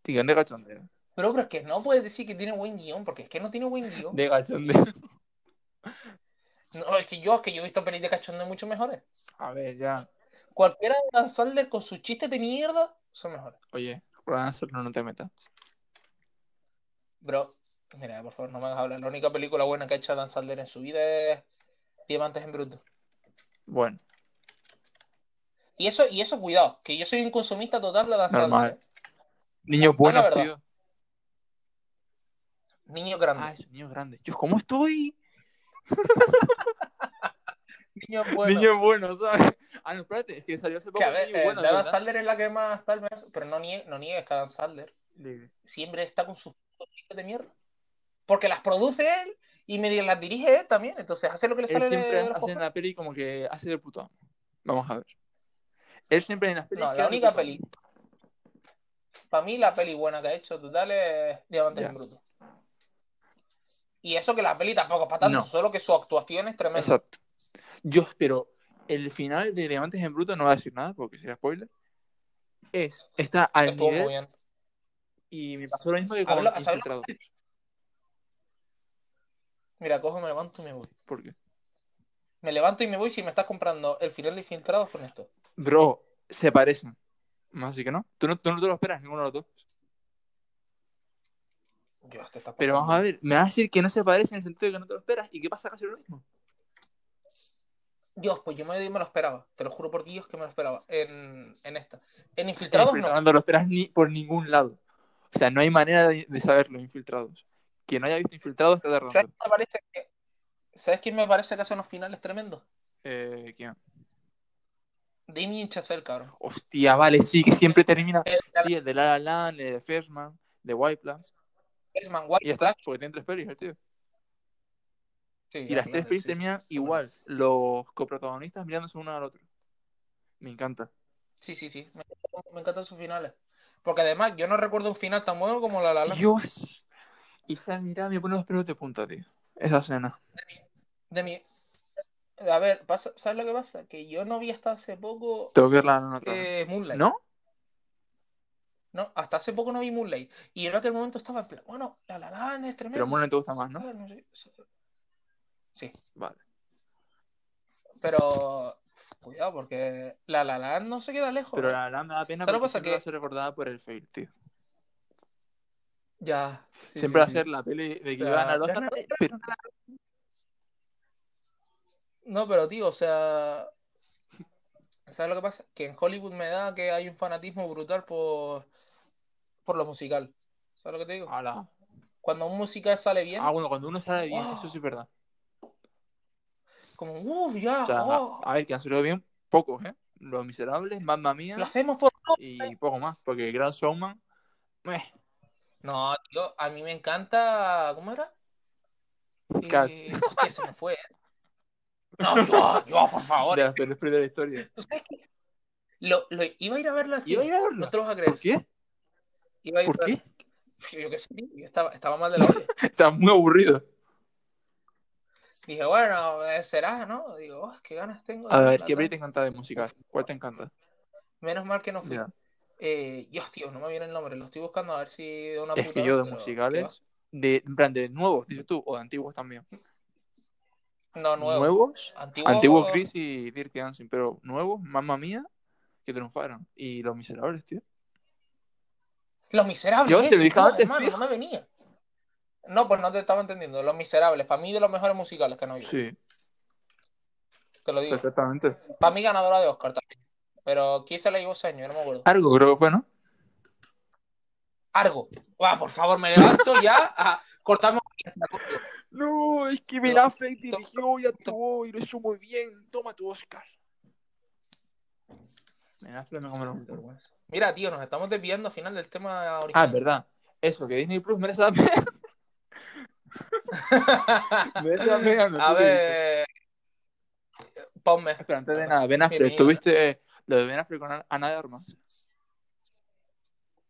Speaker 2: tío, Guión de cachondeo.
Speaker 1: Pero, pero es que no puedes decir que tiene buen guión, porque es que no tiene buen guión.
Speaker 2: De cachondeo. [laughs]
Speaker 1: No, es que yo, es que yo he visto pelis de cachondeo mucho mejores.
Speaker 2: A ver, ya.
Speaker 1: Cualquiera de Dan Sandler con sus chistes de mierda son mejores.
Speaker 2: Oye, Ryan Sandler, no te metas.
Speaker 1: Bro, mira, por favor, no me hagas hablar. La única película buena que ha hecho Dan Sandler en su vida es Diamantes en Bruto.
Speaker 2: Bueno,
Speaker 1: Y eso, y eso, cuidado, que yo soy un consumista total de Dan
Speaker 2: normal.
Speaker 1: Sandler.
Speaker 2: Niños buenos,
Speaker 1: verdad.
Speaker 2: tío.
Speaker 1: Niño grande.
Speaker 2: Ah, es un niño grande. Yo, ¿cómo estoy?
Speaker 1: niño bueno.
Speaker 2: Niño bueno, ¿sabes? [laughs] Ah, no, espérate, es que salió hace poco
Speaker 1: Que a
Speaker 2: el
Speaker 1: ver,
Speaker 2: niño
Speaker 1: eh,
Speaker 2: bueno,
Speaker 1: la de Dan
Speaker 2: ¿verdad?
Speaker 1: Sandler es la que más tal vez, pero no, nie- no niegues que Dan Sandler
Speaker 2: Sí.
Speaker 1: siempre está con sus chistes de mierda. Porque las produce él y medio las dirige él también. Entonces hace lo que le
Speaker 2: Él
Speaker 1: sale de,
Speaker 2: siempre
Speaker 1: de los
Speaker 2: hace en
Speaker 1: cojones.
Speaker 2: la peli como que hace de puto amo. Vamos a ver. Él siempre en las pelis.
Speaker 1: No,
Speaker 2: queda
Speaker 1: la
Speaker 2: de
Speaker 1: única
Speaker 2: puto amo.
Speaker 1: peli. Para mí la peli buena que ha hecho total es Diamantes
Speaker 2: Ya.
Speaker 1: en Bruto. Y eso que la peli tampoco es para tanto,
Speaker 2: No.
Speaker 1: solo que su actuación es tremenda.
Speaker 2: Exacto. Yo espero. El final de Diamantes en Bruto no va a decir nada porque sería spoiler. Es, está al
Speaker 1: Estuvo muy
Speaker 2: nivel
Speaker 1: bien.
Speaker 2: y me pasó lo mismo que con
Speaker 1: Habla- ¿sabes lo-
Speaker 2: Infiltrados.
Speaker 1: Mira, cojo, me levanto y me voy.
Speaker 2: ¿Por qué?
Speaker 1: Me levanto y me voy si me estás comprando el final de Infiltrados con esto.
Speaker 2: Bro, se parecen. Así que no. Tú no, tú no te lo esperas, ninguno de los dos.
Speaker 1: Dios, te estás
Speaker 2: Pero
Speaker 1: pasando.
Speaker 2: vamos a ver, me vas a decir que no se parece en el sentido de que no te lo esperas. ¿Y qué pasa casi lo mismo?
Speaker 1: Dios, pues yo me, me lo esperaba. Te lo juro por Dios que me lo esperaba. En, en esta. En
Speaker 2: En
Speaker 1: Infiltrados no.
Speaker 2: Infiltrados no lo esperas ni por ningún lado. O sea, no hay manera de, de saberlo, Infiltrados. Quien no haya visto Infiltrados está tardando.
Speaker 1: ¿Sabes qué me parece que- ¿Sabes quién me parece que hace unos finales tremendos?
Speaker 2: Eh, ¿quién?
Speaker 1: Damien Chazelle, cabrón.
Speaker 2: Hostia, vale, sí, que siempre termina.
Speaker 1: El
Speaker 2: Sí, el de La La Land, el de Fersman, de White Plums.
Speaker 1: Irishman,
Speaker 2: Y
Speaker 1: White
Speaker 2: ya
Speaker 1: Flag,
Speaker 2: está, porque tiene tres pelis, el tío.
Speaker 1: sí,
Speaker 2: Y las
Speaker 1: al
Speaker 2: tres
Speaker 1: final,
Speaker 2: pelis
Speaker 1: sí, sí,
Speaker 2: terminan
Speaker 1: sí,
Speaker 2: igual, los coprotagonistas mirándose uno al otro. Me encanta.
Speaker 1: Sí, sí, sí. Me, me encantan sus finales. Porque además, yo no recuerdo un final tan bueno como la la Land.
Speaker 2: Dios. Y esa mirada me pone los pelos de punta, tío. Esa escena.
Speaker 1: De mi... A ver, pasa- ¿sabes lo que pasa? Que yo no vi hasta hace poco
Speaker 2: Tengo que verla en otra vez.
Speaker 1: eh, Moonlight.
Speaker 2: ¿No?
Speaker 1: No, hasta hace poco no vi Moonlight. Y yo en aquel momento estaba en plan, bueno, la la Land es tremenda.
Speaker 2: Pero Moonlight te gusta más, ¿no?
Speaker 1: tal, no sé, sí. Sí,
Speaker 2: Vale.
Speaker 1: pero cuidado, porque la la Land no se queda lejos.
Speaker 2: Pero
Speaker 1: ¿eh?
Speaker 2: la verdad me da pena
Speaker 1: Solo
Speaker 2: porque
Speaker 1: pasa
Speaker 2: siempre
Speaker 1: que-
Speaker 2: va a ser recordada por el fail, tío.
Speaker 1: Ya. sí,
Speaker 2: siempre va a
Speaker 1: sí, sí.
Speaker 2: ser la peli de que
Speaker 1: O sea,
Speaker 2: iban a los...
Speaker 1: ya no-
Speaker 2: Pero...
Speaker 1: No, pero tío, o sea, ¿sabes lo que pasa? Que en Hollywood me da que hay un fanatismo brutal por, por lo musical. ¿Sabes lo que te digo?
Speaker 2: Ala.
Speaker 1: Cuando un musical sale bien,
Speaker 2: Ah, bueno, cuando uno sale bien,
Speaker 1: Wow.
Speaker 2: eso sí es verdad.
Speaker 1: como, uff, ya,
Speaker 2: O sea, ah,
Speaker 1: oh,
Speaker 2: a ver, que han salido bien pocos, ¿eh? Los Miserables, Mamma Mía
Speaker 1: lo hacemos por...
Speaker 2: y poco más, porque Grand Showman... meh,
Speaker 1: No, tío, a mí me encanta... ¿Cómo era?
Speaker 2: Cats.
Speaker 1: Eh, Hostia, se me fue. ¿eh? No, yo, yo, por favor.
Speaker 2: de las peores pelis de la historia.
Speaker 1: ¿Tú sabes qué? Lo, lo- iba a ir a verla.
Speaker 2: Iba a ir a
Speaker 1: No
Speaker 2: verla.
Speaker 1: te lo vas a creer.
Speaker 2: ¿Por qué?
Speaker 1: Iba a ir
Speaker 2: ¿Por
Speaker 1: a
Speaker 2: qué?
Speaker 1: verla. Yo qué sé, tío, yo estaba, estaba mal de la olla.
Speaker 2: Está muy aburrido.
Speaker 1: Dije, bueno, eh, será, ¿no? Digo, oh, qué ganas tengo. de
Speaker 2: A ver,
Speaker 1: verla,
Speaker 2: ¿qué
Speaker 1: tal.
Speaker 2: peli te encanta de música? ¿Cuál te encanta?
Speaker 1: Menos mal que no fui.
Speaker 2: Ya.
Speaker 1: Eh, Dios, tío, no me viene el nombre. Lo estoy buscando a ver si de una
Speaker 2: Es
Speaker 1: puta
Speaker 2: que yo de
Speaker 1: pero, ¿qué
Speaker 2: musicales, de, en plan, de nuevos, dices tú, o de antiguos también.
Speaker 1: va? No, nuevo.
Speaker 2: ¿Nuevos?
Speaker 1: Antiguo.
Speaker 2: Antiguos Chris y Dirty Dancing, pero nuevos, Mamma Mía, que triunfaron. Y Los Miserables, tío.
Speaker 1: Los Miserables.
Speaker 2: Yo se lo
Speaker 1: eso,
Speaker 2: dije
Speaker 1: no,
Speaker 2: antes,
Speaker 1: hermano,
Speaker 2: fijo.
Speaker 1: no me venía. No, pues no te estaba entendiendo. Los Miserables, para mí de los mejores musicales que han oído.
Speaker 2: Sí,
Speaker 1: Te lo digo.
Speaker 2: perfectamente.
Speaker 1: Para mí ganadora de Oscar también. Pero ¿quién se la llevó ese año? No me acuerdo.
Speaker 2: Argo creo que fue, ¿no?
Speaker 1: Argo. Va, por favor, me levanto ya. a- Cortamos.
Speaker 2: No, es que
Speaker 1: Ben
Speaker 2: Affleck
Speaker 1: dirigió
Speaker 2: y actuó y lo hizo muy bien. Toma tu Oscar. Ben Affleck me come los huevos.
Speaker 1: Mira, tío, nos estamos desviando al final del tema
Speaker 2: Ah,
Speaker 1: original.
Speaker 2: es verdad. Eso, que Disney Plus merece la pena. [laughs]
Speaker 1: [laughs]
Speaker 2: merece la pena. ¿no?
Speaker 1: A
Speaker 2: ¿Tú qué dices?
Speaker 1: ver. Ponme.
Speaker 2: Espera, antes de nada, Ben Affleck,
Speaker 1: Bienvenido.
Speaker 2: ¿tuviste lo de Ben Affleck con Ana- Ana de Armas?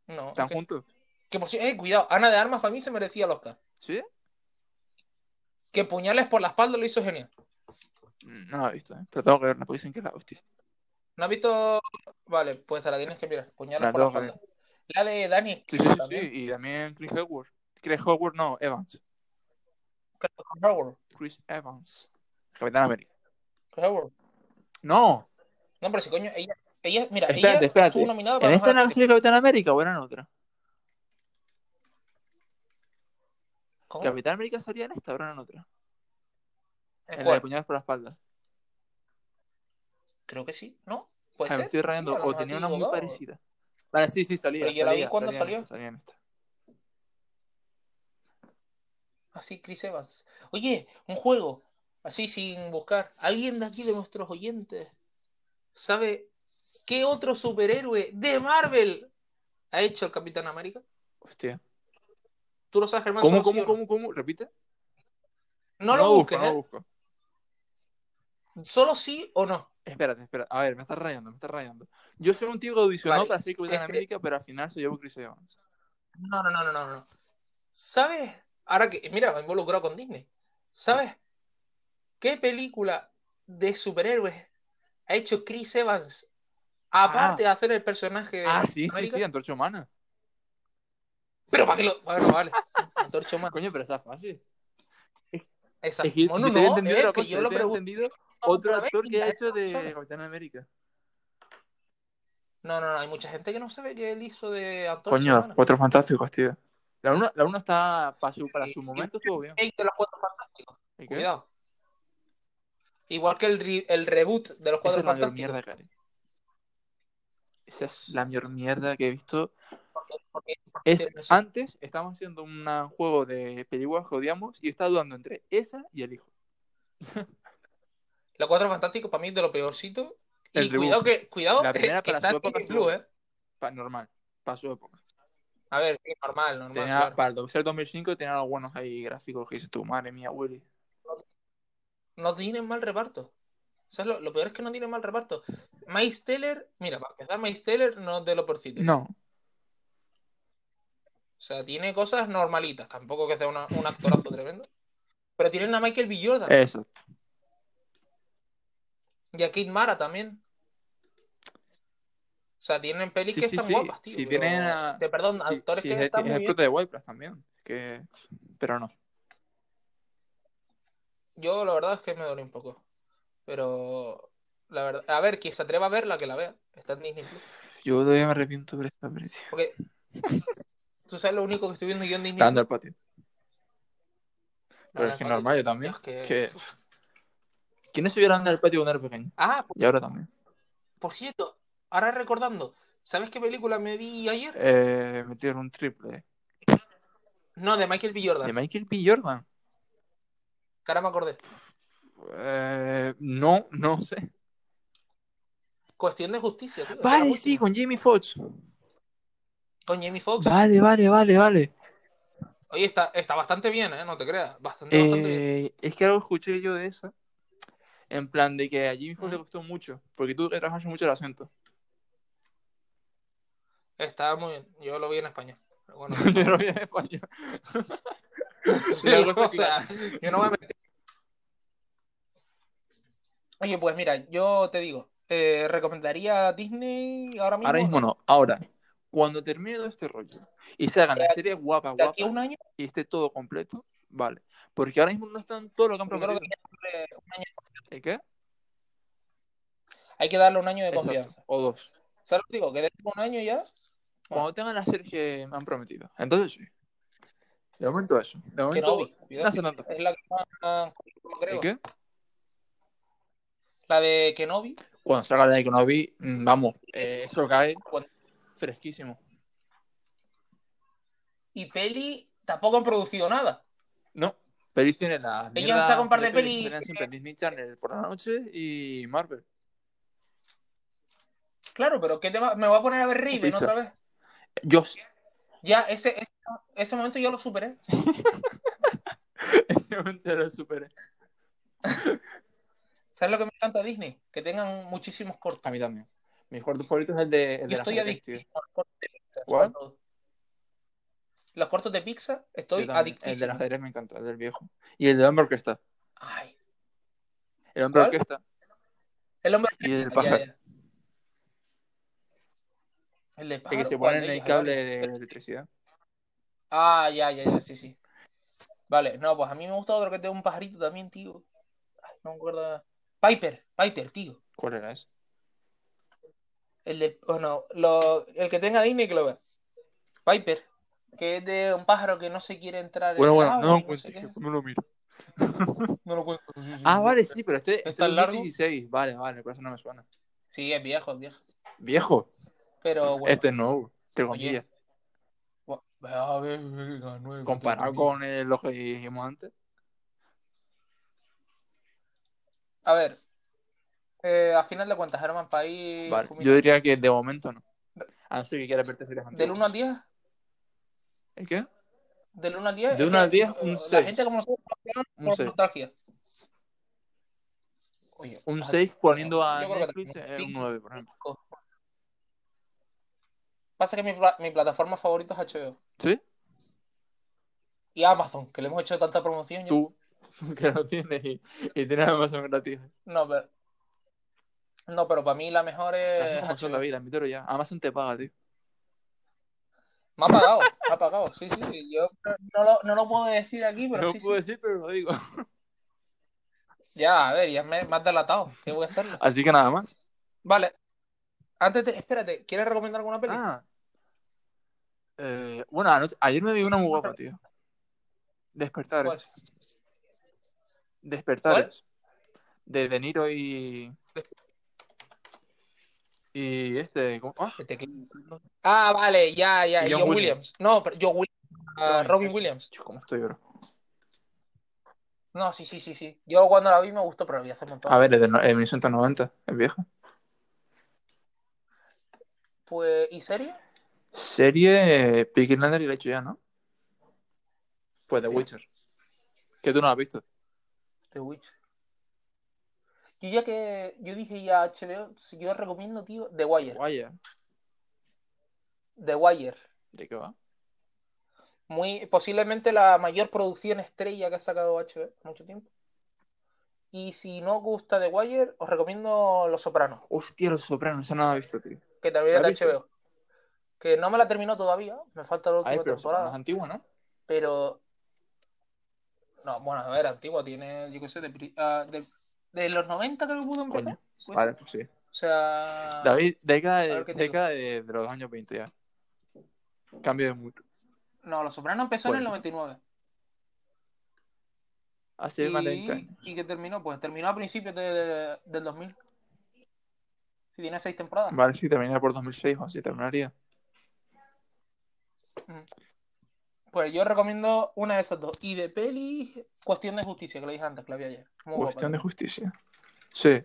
Speaker 1: No.
Speaker 2: ¿Están
Speaker 1: ok.
Speaker 2: juntos?
Speaker 1: Que por si- eh, cuidado. Ana de Armas para mí se merecía el Oscar.
Speaker 2: ¿Sí?
Speaker 1: Que puñales por la espalda lo hizo genial.
Speaker 2: Mm, No la he visto, ¿eh? pero tengo que verla porque dicen que es la hostia.
Speaker 1: ¿No has visto? Vale, pues te la tienes que mirar. Puñales
Speaker 2: La
Speaker 1: por la
Speaker 2: tengo que
Speaker 1: espalda. La de Dani.
Speaker 2: Sí, sí, sí, sí.
Speaker 1: también.
Speaker 2: Y también Chris Hemsworth. Chris Hemsworth, no, Evans.
Speaker 1: Chris Howard.
Speaker 2: Chris Evans. Capitán América.
Speaker 1: Chris Howard.
Speaker 2: No,
Speaker 1: No, pero si coño, ella, ella mira,
Speaker 2: espérate,
Speaker 1: ella
Speaker 2: espérate.
Speaker 1: estuvo nominada
Speaker 2: ¿En
Speaker 1: para
Speaker 2: esta
Speaker 1: mejor
Speaker 2: era
Speaker 1: actriz.
Speaker 2: el Capitán América o era en otra?
Speaker 1: ¿Cómo?
Speaker 2: ¿Capitán América salía en esta o era en otra?
Speaker 1: ¿En
Speaker 2: En la
Speaker 1: cuál?
Speaker 2: de puñadas por la espalda.
Speaker 1: Creo que sí, ¿no? Pues
Speaker 2: Ay, Ah, me estoy rayando. o tenía una muy parecida. Vale, sí, sí, salía.
Speaker 1: Pero yo la vi
Speaker 2: salía,
Speaker 1: cuando
Speaker 2: salía en
Speaker 1: salió.
Speaker 2: esta, salía en esta.
Speaker 1: Así, Chris Evans. Oye, un juego. Así sin buscar. ¿Alguien de aquí de nuestros oyentes sabe qué otro superhéroe de Marvel ha hecho el Capitán América?
Speaker 2: Hostia.
Speaker 1: ¿Tú lo sabes, Germán?
Speaker 2: ¿Cómo,
Speaker 1: Solo sí
Speaker 2: cómo,
Speaker 1: o no?
Speaker 2: cómo, cómo? ¿Repite?
Speaker 1: No lo busques,
Speaker 2: busco, no
Speaker 1: ¿eh?
Speaker 2: lo busco.
Speaker 1: Solo sí o no.
Speaker 2: Espérate, espérate. A ver, me estás rayando, me estás rayando. Yo soy un tío que audicionó
Speaker 1: Vale.
Speaker 2: para ser Capitán
Speaker 1: Este-
Speaker 2: América, pero al final se llevó Chris Evans.
Speaker 1: No, no, no, no, no, no. ¿Sabes? Ahora que, mira, me he involucrado con Disney. ¿Sabes qué película de superhéroes ha hecho Chris Evans? Aparte de hacer el personaje de
Speaker 2: Ah, sí, sí,
Speaker 1: Eh, América.
Speaker 2: sí, Antorcha Humana.
Speaker 1: Pero para que lo. Bueno, vale. Antorcha humana.
Speaker 2: Coño, pero esa es fácil.
Speaker 1: Esa.
Speaker 2: Es que
Speaker 1: Bueno,
Speaker 2: yo
Speaker 1: no,
Speaker 2: tenía entendido
Speaker 1: eh,
Speaker 2: otra
Speaker 1: que
Speaker 2: cosa,
Speaker 1: yo lo
Speaker 2: tenía
Speaker 1: pregunto.
Speaker 2: entendido otro
Speaker 1: otra vez,
Speaker 2: actor que ha
Speaker 1: mira,
Speaker 2: hecho de
Speaker 1: persona.
Speaker 2: Capitán América.
Speaker 1: No, no, no. Hay mucha gente que no sabe que él hizo de Antorcha
Speaker 2: Coño,
Speaker 1: humana.
Speaker 2: otro fantástico, tío. La 1 la uno está para su, para su momento, estuvo bien.
Speaker 1: remake de los Cuatro Fantásticos.
Speaker 2: ¿Y qué?
Speaker 1: Cuidado. Igual que el, re- el reboot de los
Speaker 2: Esa
Speaker 1: Cuatro
Speaker 2: es la mayor
Speaker 1: Fantásticos.
Speaker 2: mierda que hay. Esa es la mayor mierda que he visto.
Speaker 1: porque- porque
Speaker 2: Es,
Speaker 1: no sé,
Speaker 2: antes estábamos haciendo una- un juego de películas que odiamos y estaba dudando entre esa y el hijo.
Speaker 1: Los Cuatro Fantásticos para mí es de lo peorcito. Y
Speaker 2: El reboot.
Speaker 1: cuidado que, cuidado,
Speaker 2: La primera
Speaker 1: que- que
Speaker 2: para
Speaker 1: está
Speaker 2: su
Speaker 1: en
Speaker 2: época
Speaker 1: Disney Plus,
Speaker 2: estuvo-
Speaker 1: ¿eh?
Speaker 2: Pa- normal, para su época.
Speaker 1: A ver, sí, normal, normal.
Speaker 2: Tenía,
Speaker 1: claro.
Speaker 2: Para el 2005 tenía los buenos ahí gráficos que dices tú, madre mía, Willy.
Speaker 1: No tienen mal reparto. O sea, lo, lo peor es que no tienen mal reparto. Miles Teller, mira, para empezar, Miles Teller no es de lo porcito.
Speaker 2: No,
Speaker 1: O sea, tiene cosas normalitas. Tampoco que sea una- un actorazo tremendo. Pero tienen a Michael B. Jordan
Speaker 2: eso.
Speaker 1: y a Kate Mara también. O sea, tienen pelis
Speaker 2: Sí,
Speaker 1: que
Speaker 2: sí,
Speaker 1: están
Speaker 2: sí.
Speaker 1: guapas, tío.
Speaker 2: Si
Speaker 1: pero-
Speaker 2: tienen a-
Speaker 1: de- perdón,
Speaker 2: Sí,
Speaker 1: actores
Speaker 2: sí,
Speaker 1: que
Speaker 2: es,
Speaker 1: están
Speaker 2: es
Speaker 1: muy
Speaker 2: el
Speaker 1: bien.
Speaker 2: prota de Whiplash también. Que... Pero no.
Speaker 1: Yo la verdad es que me duele un poco. Pero la verdad, a ver, quien se atreva a verla, que la vea. Está en Disney Plus.
Speaker 2: Yo todavía me arrepiento por esta peli, tío.
Speaker 1: Porque tú sabes lo único que estoy viendo yo en Disney
Speaker 2: Anda al patio.
Speaker 1: Plus.
Speaker 2: Pero es que normal, yo también.
Speaker 1: Dios, que-
Speaker 2: Que... ¿Quiénes se hubieran andado al patio cuando era pequeño?
Speaker 1: Ah, por,
Speaker 2: Y ahora también.
Speaker 1: por cierto, ahora recordando, ¿sabes qué película me vi ayer?
Speaker 2: Eh, metieron un triple.
Speaker 1: No, de Michael B.
Speaker 2: ¿De
Speaker 1: Jordan.
Speaker 2: Michael P. Jordan?
Speaker 1: Que ahora me acordé.
Speaker 2: Eh, no, no sé.
Speaker 1: Cuestión de justicia, tío. Era
Speaker 2: Vale,
Speaker 1: buenísimo.
Speaker 2: sí, con Jamie Foxx.
Speaker 1: Con Jamie Foxx.
Speaker 2: Vale, vale, vale, vale.
Speaker 1: Oye, está, está bastante bien, ¿eh? No te creas. Bastante, bastante bien.
Speaker 2: Eh, es que algo escuché yo de eso. En plan, de que a Jimmy Foxx
Speaker 1: Mm.
Speaker 2: le costó mucho. Porque tuvo que trabajarse mucho el acento.
Speaker 1: Está muy bien. Yo lo vi en España. Pero bueno,
Speaker 2: [laughs] Yo lo vi
Speaker 1: [laughs]
Speaker 2: en español.
Speaker 1: Pero,
Speaker 2: [laughs]
Speaker 1: o sea, yo no voy a mentir. Oye, pues mira, yo te digo, eh, recomendaría Disney ahora mismo.
Speaker 2: Ahora mismo no. Ahora, cuando termine todo este rollo y se hagan
Speaker 1: De
Speaker 2: las
Speaker 1: aquí-
Speaker 2: series guapas,
Speaker 1: De aquí a
Speaker 2: guapas
Speaker 1: un año,
Speaker 2: y esté todo completo, vale. Porque ahora mismo no están todo lo que han
Speaker 1: yo creo
Speaker 2: prometido.
Speaker 1: que hay que darle un año,
Speaker 2: ¿El qué?
Speaker 1: hay que darle un año de
Speaker 2: Exacto.
Speaker 1: confianza.
Speaker 2: O dos.
Speaker 1: ¿Sabes lo que digo? Que dentro de un año ya.
Speaker 2: Cuando tengan las series que me han prometido. Entonces sí. De momento eso. De
Speaker 1: Que
Speaker 2: momento
Speaker 1: no, vi,
Speaker 2: no
Speaker 1: cuidado.
Speaker 2: hacen tanto.
Speaker 1: es la que más no creo.
Speaker 2: ¿El qué?
Speaker 1: La de Kenobi.
Speaker 2: Cuando salga la de Konobi, mm, vamos, eh, eso cae fresquísimo.
Speaker 1: Y Peli tampoco han producido nada.
Speaker 2: No, Pelis tiene la
Speaker 1: Ellos han sacado un par de pelis
Speaker 2: Tienen
Speaker 1: que-
Speaker 2: siempre en Disney Channel por la noche y Marvel.
Speaker 1: Claro, pero ¿qué te va- me voy a poner a ver Riven
Speaker 2: Pixar.
Speaker 1: otra vez?
Speaker 2: Yo [laughs]
Speaker 1: Ya, ese, ese, ese momento yo lo superé.
Speaker 2: ese momento lo superé.
Speaker 1: ¿Sabes lo que me encanta de Disney? Que tengan muchísimos cortos.
Speaker 2: A mí también. Mis cuartos favoritos es el de, el de
Speaker 1: Yo
Speaker 2: las
Speaker 1: estoy
Speaker 2: Teletubbies,
Speaker 1: adictísimo a los cortos de Pixar.
Speaker 2: ¿Cuál?
Speaker 1: sobre todo. Los cortos de Pixar,
Speaker 2: tío. Yo
Speaker 1: estoy
Speaker 2: también. El de
Speaker 1: adictísimo.
Speaker 2: las ajedrez me encanta, el del viejo. Y el del hombre orquesta.
Speaker 1: Ay,
Speaker 2: El hombre
Speaker 1: ¿Cuál?
Speaker 2: orquesta
Speaker 1: el hombre.
Speaker 2: y
Speaker 1: [laughs]
Speaker 2: el
Speaker 1: Ya,
Speaker 2: pájaro.
Speaker 1: ya. El de
Speaker 2: El
Speaker 1: pájaro.
Speaker 2: que se
Speaker 1: ¿cuál
Speaker 2: pone en
Speaker 1: de
Speaker 2: el
Speaker 1: ellos?
Speaker 2: cable
Speaker 1: Hay
Speaker 2: de
Speaker 1: varios.
Speaker 2: electricidad.
Speaker 1: Ah, ya, ya, ya, sí, sí. Vale, no, pues a mí me gusta otro que tenga un pajarito también, tío. Ay, no me acuerdo. Piper, Piper, tío.
Speaker 2: ¿Cuál era ese?
Speaker 1: El de, bueno, lo, el que tenga Disney que lo vea. Piper, que es de un pájaro que no se quiere entrar en
Speaker 2: Bueno,
Speaker 1: el
Speaker 2: bueno,
Speaker 1: agua,
Speaker 2: no lo
Speaker 1: que no sé
Speaker 2: encuentro,
Speaker 1: qué.
Speaker 2: que no lo miro.
Speaker 1: No lo cuento. sí, sí,
Speaker 2: Ah,
Speaker 1: sí.
Speaker 2: vale, sí, pero este,
Speaker 1: ¿Es
Speaker 2: este
Speaker 1: tan largo?
Speaker 2: 2016. Vale, vale, por eso no me suena.
Speaker 1: Sí, es viejo, es viejo.
Speaker 2: Viejo,
Speaker 1: Pero bueno,
Speaker 2: este es nuevo, entre
Speaker 1: oye,
Speaker 2: comillas.
Speaker 1: gua- a ver, venga, nuevo,
Speaker 2: Comparado
Speaker 1: entre comillas.
Speaker 2: con el, lo que dijimos antes.
Speaker 1: A ver, eh, a final de cuentas, Herman País,
Speaker 2: Vale,
Speaker 1: Fumito,
Speaker 2: yo diría que de momento no. A no ser que quieras verte series
Speaker 1: del
Speaker 2: antiguas.
Speaker 1: 1 al 10,
Speaker 2: ¿El qué?
Speaker 1: del 1 al 10,
Speaker 2: De
Speaker 1: es que,
Speaker 2: uno al diez,
Speaker 1: eh,
Speaker 2: un
Speaker 1: la
Speaker 2: seis.
Speaker 1: gente como nosotros funciona
Speaker 2: Un
Speaker 1: por
Speaker 2: seis.
Speaker 1: nostalgia. Oye,
Speaker 2: Un
Speaker 1: ah,
Speaker 2: 6 poniendo a
Speaker 1: yo creo que
Speaker 2: Netflix
Speaker 1: tenemos
Speaker 2: eh, un
Speaker 1: cinco.
Speaker 2: 9, por ejemplo.
Speaker 1: Pasa que mi, pla- mi plataforma favorita es HBO
Speaker 2: ¿Sí?
Speaker 1: y Amazon, que le hemos hecho tanta promoción. ya.
Speaker 2: Tú, [laughs] que no tienes y, y tienes Amazon gratis.
Speaker 1: No, pero, no, pero para mí la mejor
Speaker 2: Así
Speaker 1: Eh, es
Speaker 2: como son la
Speaker 1: HBO.
Speaker 2: vida, admítelo ya. Amazon te paga, tío.
Speaker 1: Me ha pagado, me ha pagado, sí, sí, sí. Yo no lo, no lo puedo decir aquí, pero
Speaker 2: no
Speaker 1: sí, sí.
Speaker 2: puedo decir, pero lo digo.
Speaker 1: Ya, a ver, ya me, me has delatado, ¿qué voy a hacerle?
Speaker 2: Así que nada más.
Speaker 1: Vale, antes, de- espérate, ¿quieres recomendar alguna peli?
Speaker 2: Ah, Eh, bueno, anoche- ayer me vi una muy guapa, tío. Despertares. Despertares. De De Niro y. Y este. ¿cómo? Ah,
Speaker 1: El teclado. Ah, vale, ya, ya.
Speaker 2: Y
Speaker 1: John,
Speaker 2: John
Speaker 1: Williams.
Speaker 2: Williams.
Speaker 1: No, pero John Williams. ah,
Speaker 2: Ay,
Speaker 1: Robin
Speaker 2: eso.
Speaker 1: Williams.
Speaker 2: chico, ¿Cómo estoy, bro?
Speaker 1: No, sí, sí, sí, sí. Yo cuando la vi me gustó, pero la vi hace un montón.
Speaker 2: A ver, es de no- eh, 1990, es vieja.
Speaker 1: Pues, ¿y serie?
Speaker 2: Serie eh, Peaky Blinders y la he hecho ya, ¿no? Pues The
Speaker 1: Sí.
Speaker 2: Witcher. Que tú no la has visto.
Speaker 1: The Witcher. Yo ya que yo dije ya HBO, si yo recomiendo, tío, The Wire.
Speaker 2: Guaya.
Speaker 1: The Wire.
Speaker 2: ¿De qué va?
Speaker 1: Muy, posiblemente la mayor producción estrella que ha sacado HBO en mucho tiempo. Y si no os gusta The Wire, os recomiendo Los Sopranos,
Speaker 2: Hostia, Los Sopranos, esa no la he visto, tío.
Speaker 1: que también es
Speaker 2: ¿La
Speaker 1: de
Speaker 2: has visto?
Speaker 1: HBO. Que no me la terminó todavía, me falta la
Speaker 2: Ay,
Speaker 1: última
Speaker 2: pero Los Sopranos es
Speaker 1: temporada,
Speaker 2: antigua, ¿no?
Speaker 1: pero... No, bueno, a ver, antigua, tiene, yo qué sé, de, pri- ah, de- de los 90 creo que pudo empezar.
Speaker 2: Coño,
Speaker 1: pues.
Speaker 2: Vale, pues sí.
Speaker 1: O sea...
Speaker 2: David, década,
Speaker 1: a
Speaker 2: de,
Speaker 1: ver qué te
Speaker 2: década de, de los años 20 ya. Cambio de mood.
Speaker 1: No, Los Sopranos empezó en el
Speaker 2: Bueno.
Speaker 1: 99.
Speaker 2: Hace más de 20
Speaker 1: Y,
Speaker 2: años.
Speaker 1: y que terminó, pues terminó a principios de- del 2000. Si tiene seis temporadas.
Speaker 2: Vale, sí, terminaría por 2006 o así, terminaría.
Speaker 1: Pues yo recomiendo una de esas dos. Y de peli, Cuestión de Justicia, que lo dije antes, que la vi ayer. Muy guapa
Speaker 2: Cuestión de
Speaker 1: también.
Speaker 2: justicia. Sí,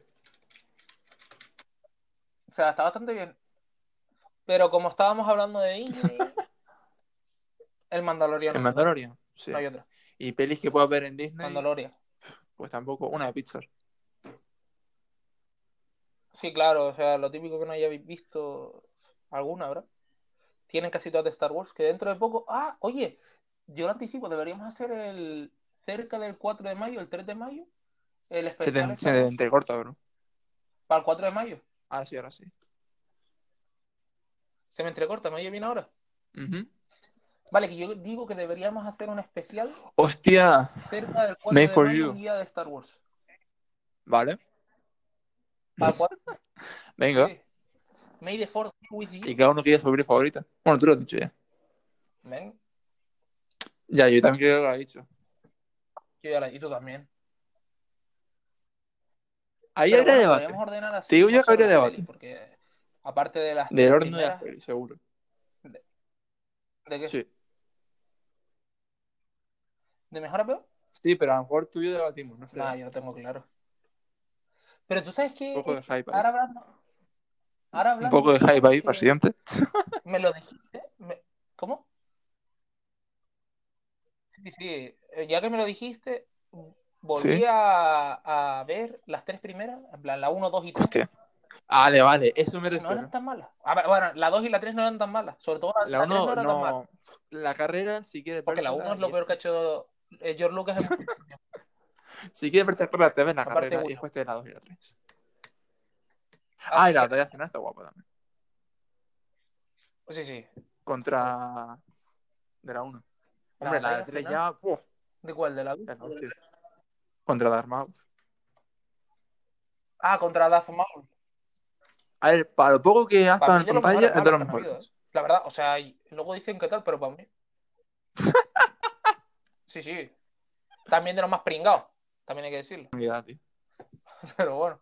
Speaker 1: O sea, está bastante bien. Pero como estábamos hablando de
Speaker 2: [laughs]
Speaker 1: Disney, el Mandaloriano.
Speaker 2: en Mandalorian. Sí.
Speaker 1: No hay otra.
Speaker 2: Y pelis que puedas ver en Disney,
Speaker 1: Mandalorian.
Speaker 2: pues tampoco. Una de Pixar.
Speaker 1: Sí, claro, o sea, lo típico que no hayáis visto alguna, ¿verdad? Tienen casi todas de Star Wars, que dentro de poco. Ah, oye, yo lo anticipo, deberíamos hacer el cerca del 4 de mayo, el 3 de mayo, el
Speaker 2: Se
Speaker 1: especial
Speaker 2: te, se
Speaker 1: Star
Speaker 2: te
Speaker 1: Wars,
Speaker 2: entrecorta, bro.
Speaker 1: para el 4 de mayo.
Speaker 2: Ahora sí, ahora sí.
Speaker 1: Se me entrecorta, me oye bien ahora.
Speaker 2: Ujú.
Speaker 1: Vale, que yo digo que deberíamos hacer un especial
Speaker 2: Hostia.
Speaker 1: cerca del 4
Speaker 2: Made
Speaker 1: de
Speaker 2: for
Speaker 1: mayo,
Speaker 2: you.
Speaker 1: un día de Star Wars.
Speaker 2: Vale.
Speaker 1: Para el 4
Speaker 2: Venga.
Speaker 1: sí. May the Force be with
Speaker 2: Y
Speaker 1: you.
Speaker 2: cada uno tiene su peli favorita. Bueno, tú lo has dicho ya.
Speaker 1: Ven,
Speaker 2: Ya, yo también creo que lo has dicho.
Speaker 1: yo ya la, y tú también.
Speaker 2: Ahí
Speaker 1: Pero
Speaker 2: habría
Speaker 1: bueno,
Speaker 2: debate.
Speaker 1: podríamos ordenar así
Speaker 2: Te digo yo
Speaker 1: más
Speaker 2: que habría
Speaker 1: sobre las
Speaker 2: debate.
Speaker 1: pelis, Porque aparte de las
Speaker 2: Del
Speaker 1: tres
Speaker 2: orden de las
Speaker 1: primeras,
Speaker 2: pelis, seguro.
Speaker 1: ¿de qué?
Speaker 2: Sí.
Speaker 1: ¿De mejor a peor?
Speaker 2: Sí, pero a lo mejor tú y yo debatimos, no sé.
Speaker 1: Nah, yo lo tengo claro. Pero tú sabes que eh,
Speaker 2: un poco de hype ahí.
Speaker 1: ahora hablando, ahora
Speaker 2: Un
Speaker 1: hablando,
Speaker 2: poco de hype ahí para
Speaker 1: que
Speaker 2: el siguiente.
Speaker 1: me lo dijiste, me- ¿cómo? Sí, sí, eh, ya que me lo dijiste, volví
Speaker 2: Sí.
Speaker 1: a, a ver las tres primeras, en plan, la 1, 2 y 3,
Speaker 2: Hostia. Vale, vale, eso me
Speaker 1: no eran
Speaker 2: refiero.
Speaker 1: tan malas. A ver, bueno, la 2 y la 3 no eran tan malas, sobre todo la,
Speaker 2: La
Speaker 1: 3 no
Speaker 2: uno
Speaker 1: era tan mala,
Speaker 2: no. La carrera, si quieres
Speaker 1: porque la
Speaker 2: vértela,
Speaker 1: 1 es lo
Speaker 2: y-
Speaker 1: peor que ha hecho eh, George Lucas en
Speaker 2: [laughs] Si quieres verte la carrera, te ves la
Speaker 1: Aparte
Speaker 2: carrera
Speaker 1: uno.
Speaker 2: y después te ves la 2 y la 3. Ah, y la
Speaker 1: sí.
Speaker 2: batalla final está guapa también.
Speaker 1: Sí, sí.
Speaker 2: Contra. De la 1.
Speaker 1: La
Speaker 2: Hombre, la
Speaker 1: batalla
Speaker 2: 3
Speaker 1: final.
Speaker 2: ya. ¡buah!
Speaker 1: ¿De cuál? ¿De la
Speaker 2: Ya no,
Speaker 1: 2?
Speaker 2: tío. Contra Darth Maul.
Speaker 1: Ah, contra Darth Maul.
Speaker 2: A ver, para lo poco que ha
Speaker 1: Para
Speaker 2: estado
Speaker 1: mí
Speaker 2: en
Speaker 1: de los
Speaker 2: pantalla,
Speaker 1: mejores
Speaker 2: es de los
Speaker 1: malos que han habido, ¿eh?
Speaker 2: mejores.
Speaker 1: La verdad, o sea, y luego dicen que tal, pero para
Speaker 2: [laughs]
Speaker 1: mí. Sí, sí. También de los más pringados, también hay que decirlo. [laughs]
Speaker 2: Unidad, tío.
Speaker 1: ¿eh? Pero bueno.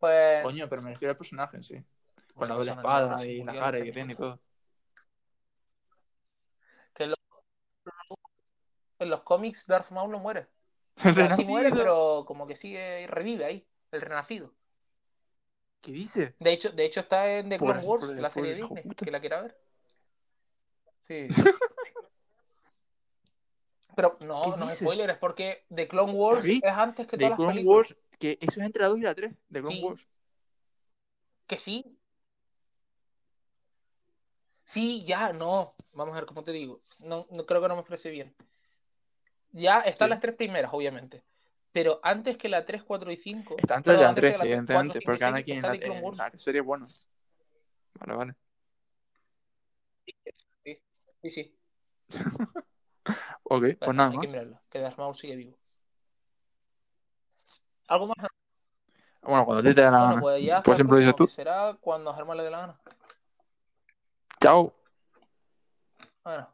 Speaker 1: Pues.
Speaker 2: Coño, pero me refiero al personaje, en sí. Con
Speaker 1: Bueno,
Speaker 2: la doble
Speaker 1: eso no es
Speaker 2: espada
Speaker 1: nada,
Speaker 2: y
Speaker 1: sí,
Speaker 2: la
Speaker 1: ya
Speaker 2: cara
Speaker 1: lo
Speaker 2: que tiene y
Speaker 1: tenemos. [laughs]
Speaker 2: todo.
Speaker 1: Que lo- en los cómics Darth Maul no muere.
Speaker 2: El
Speaker 1: O sea, sí
Speaker 2: renacido.
Speaker 1: muere, pero como que sigue y revive ahí, el renacido.
Speaker 2: ¿Qué dice?
Speaker 1: De hecho, de hecho está en The
Speaker 2: Pobre-
Speaker 1: Clone Wars,
Speaker 2: pobre-
Speaker 1: la serie de
Speaker 2: pobre hijo
Speaker 1: Disney,
Speaker 2: puta.
Speaker 1: que la quiera ver. Sí.
Speaker 2: [laughs]
Speaker 1: Pero
Speaker 2: ¿Qué
Speaker 1: no, no es
Speaker 2: dices?
Speaker 1: spoiler, es porque The Clone Wars
Speaker 2: David,
Speaker 1: es antes que
Speaker 2: De
Speaker 1: todas las
Speaker 2: Clone
Speaker 1: películas.
Speaker 2: Wars, que eso es entre la 2 y la 3. De Clone
Speaker 1: Sí.
Speaker 2: Wars.
Speaker 1: Que sí. Sí, ya, no. Vamos a ver cómo te digo. No, no creo que no me expresé bien. Ya están
Speaker 2: Sí.
Speaker 1: las tres primeras, obviamente. Pero antes que la 3, 4 y 5.
Speaker 2: Está antes de
Speaker 1: perdón,
Speaker 2: la 3,
Speaker 1: que la
Speaker 2: evidentemente,
Speaker 1: 4, 5 y
Speaker 2: porque
Speaker 1: 6,
Speaker 2: Anakin en
Speaker 1: está
Speaker 2: la,
Speaker 1: The Clone
Speaker 2: en
Speaker 1: Wars.
Speaker 2: la serie es bueno. Vale, vale.
Speaker 1: Sí, sí.
Speaker 2: Ok, pues
Speaker 1: Bueno,
Speaker 2: nada
Speaker 1: hay
Speaker 2: más.
Speaker 1: que mirarlo. Que Darth Maul sigue vivo. ¿Algo más?
Speaker 2: Bueno, cuando a ti te dé la
Speaker 1: Bueno,
Speaker 2: gana.
Speaker 1: pues ya. hasta
Speaker 2: Pues
Speaker 1: el
Speaker 2: improvisas
Speaker 1: próximo,
Speaker 2: tú.
Speaker 1: que Será cuando a Germán le dé la gana.
Speaker 2: Chao.
Speaker 1: Bueno,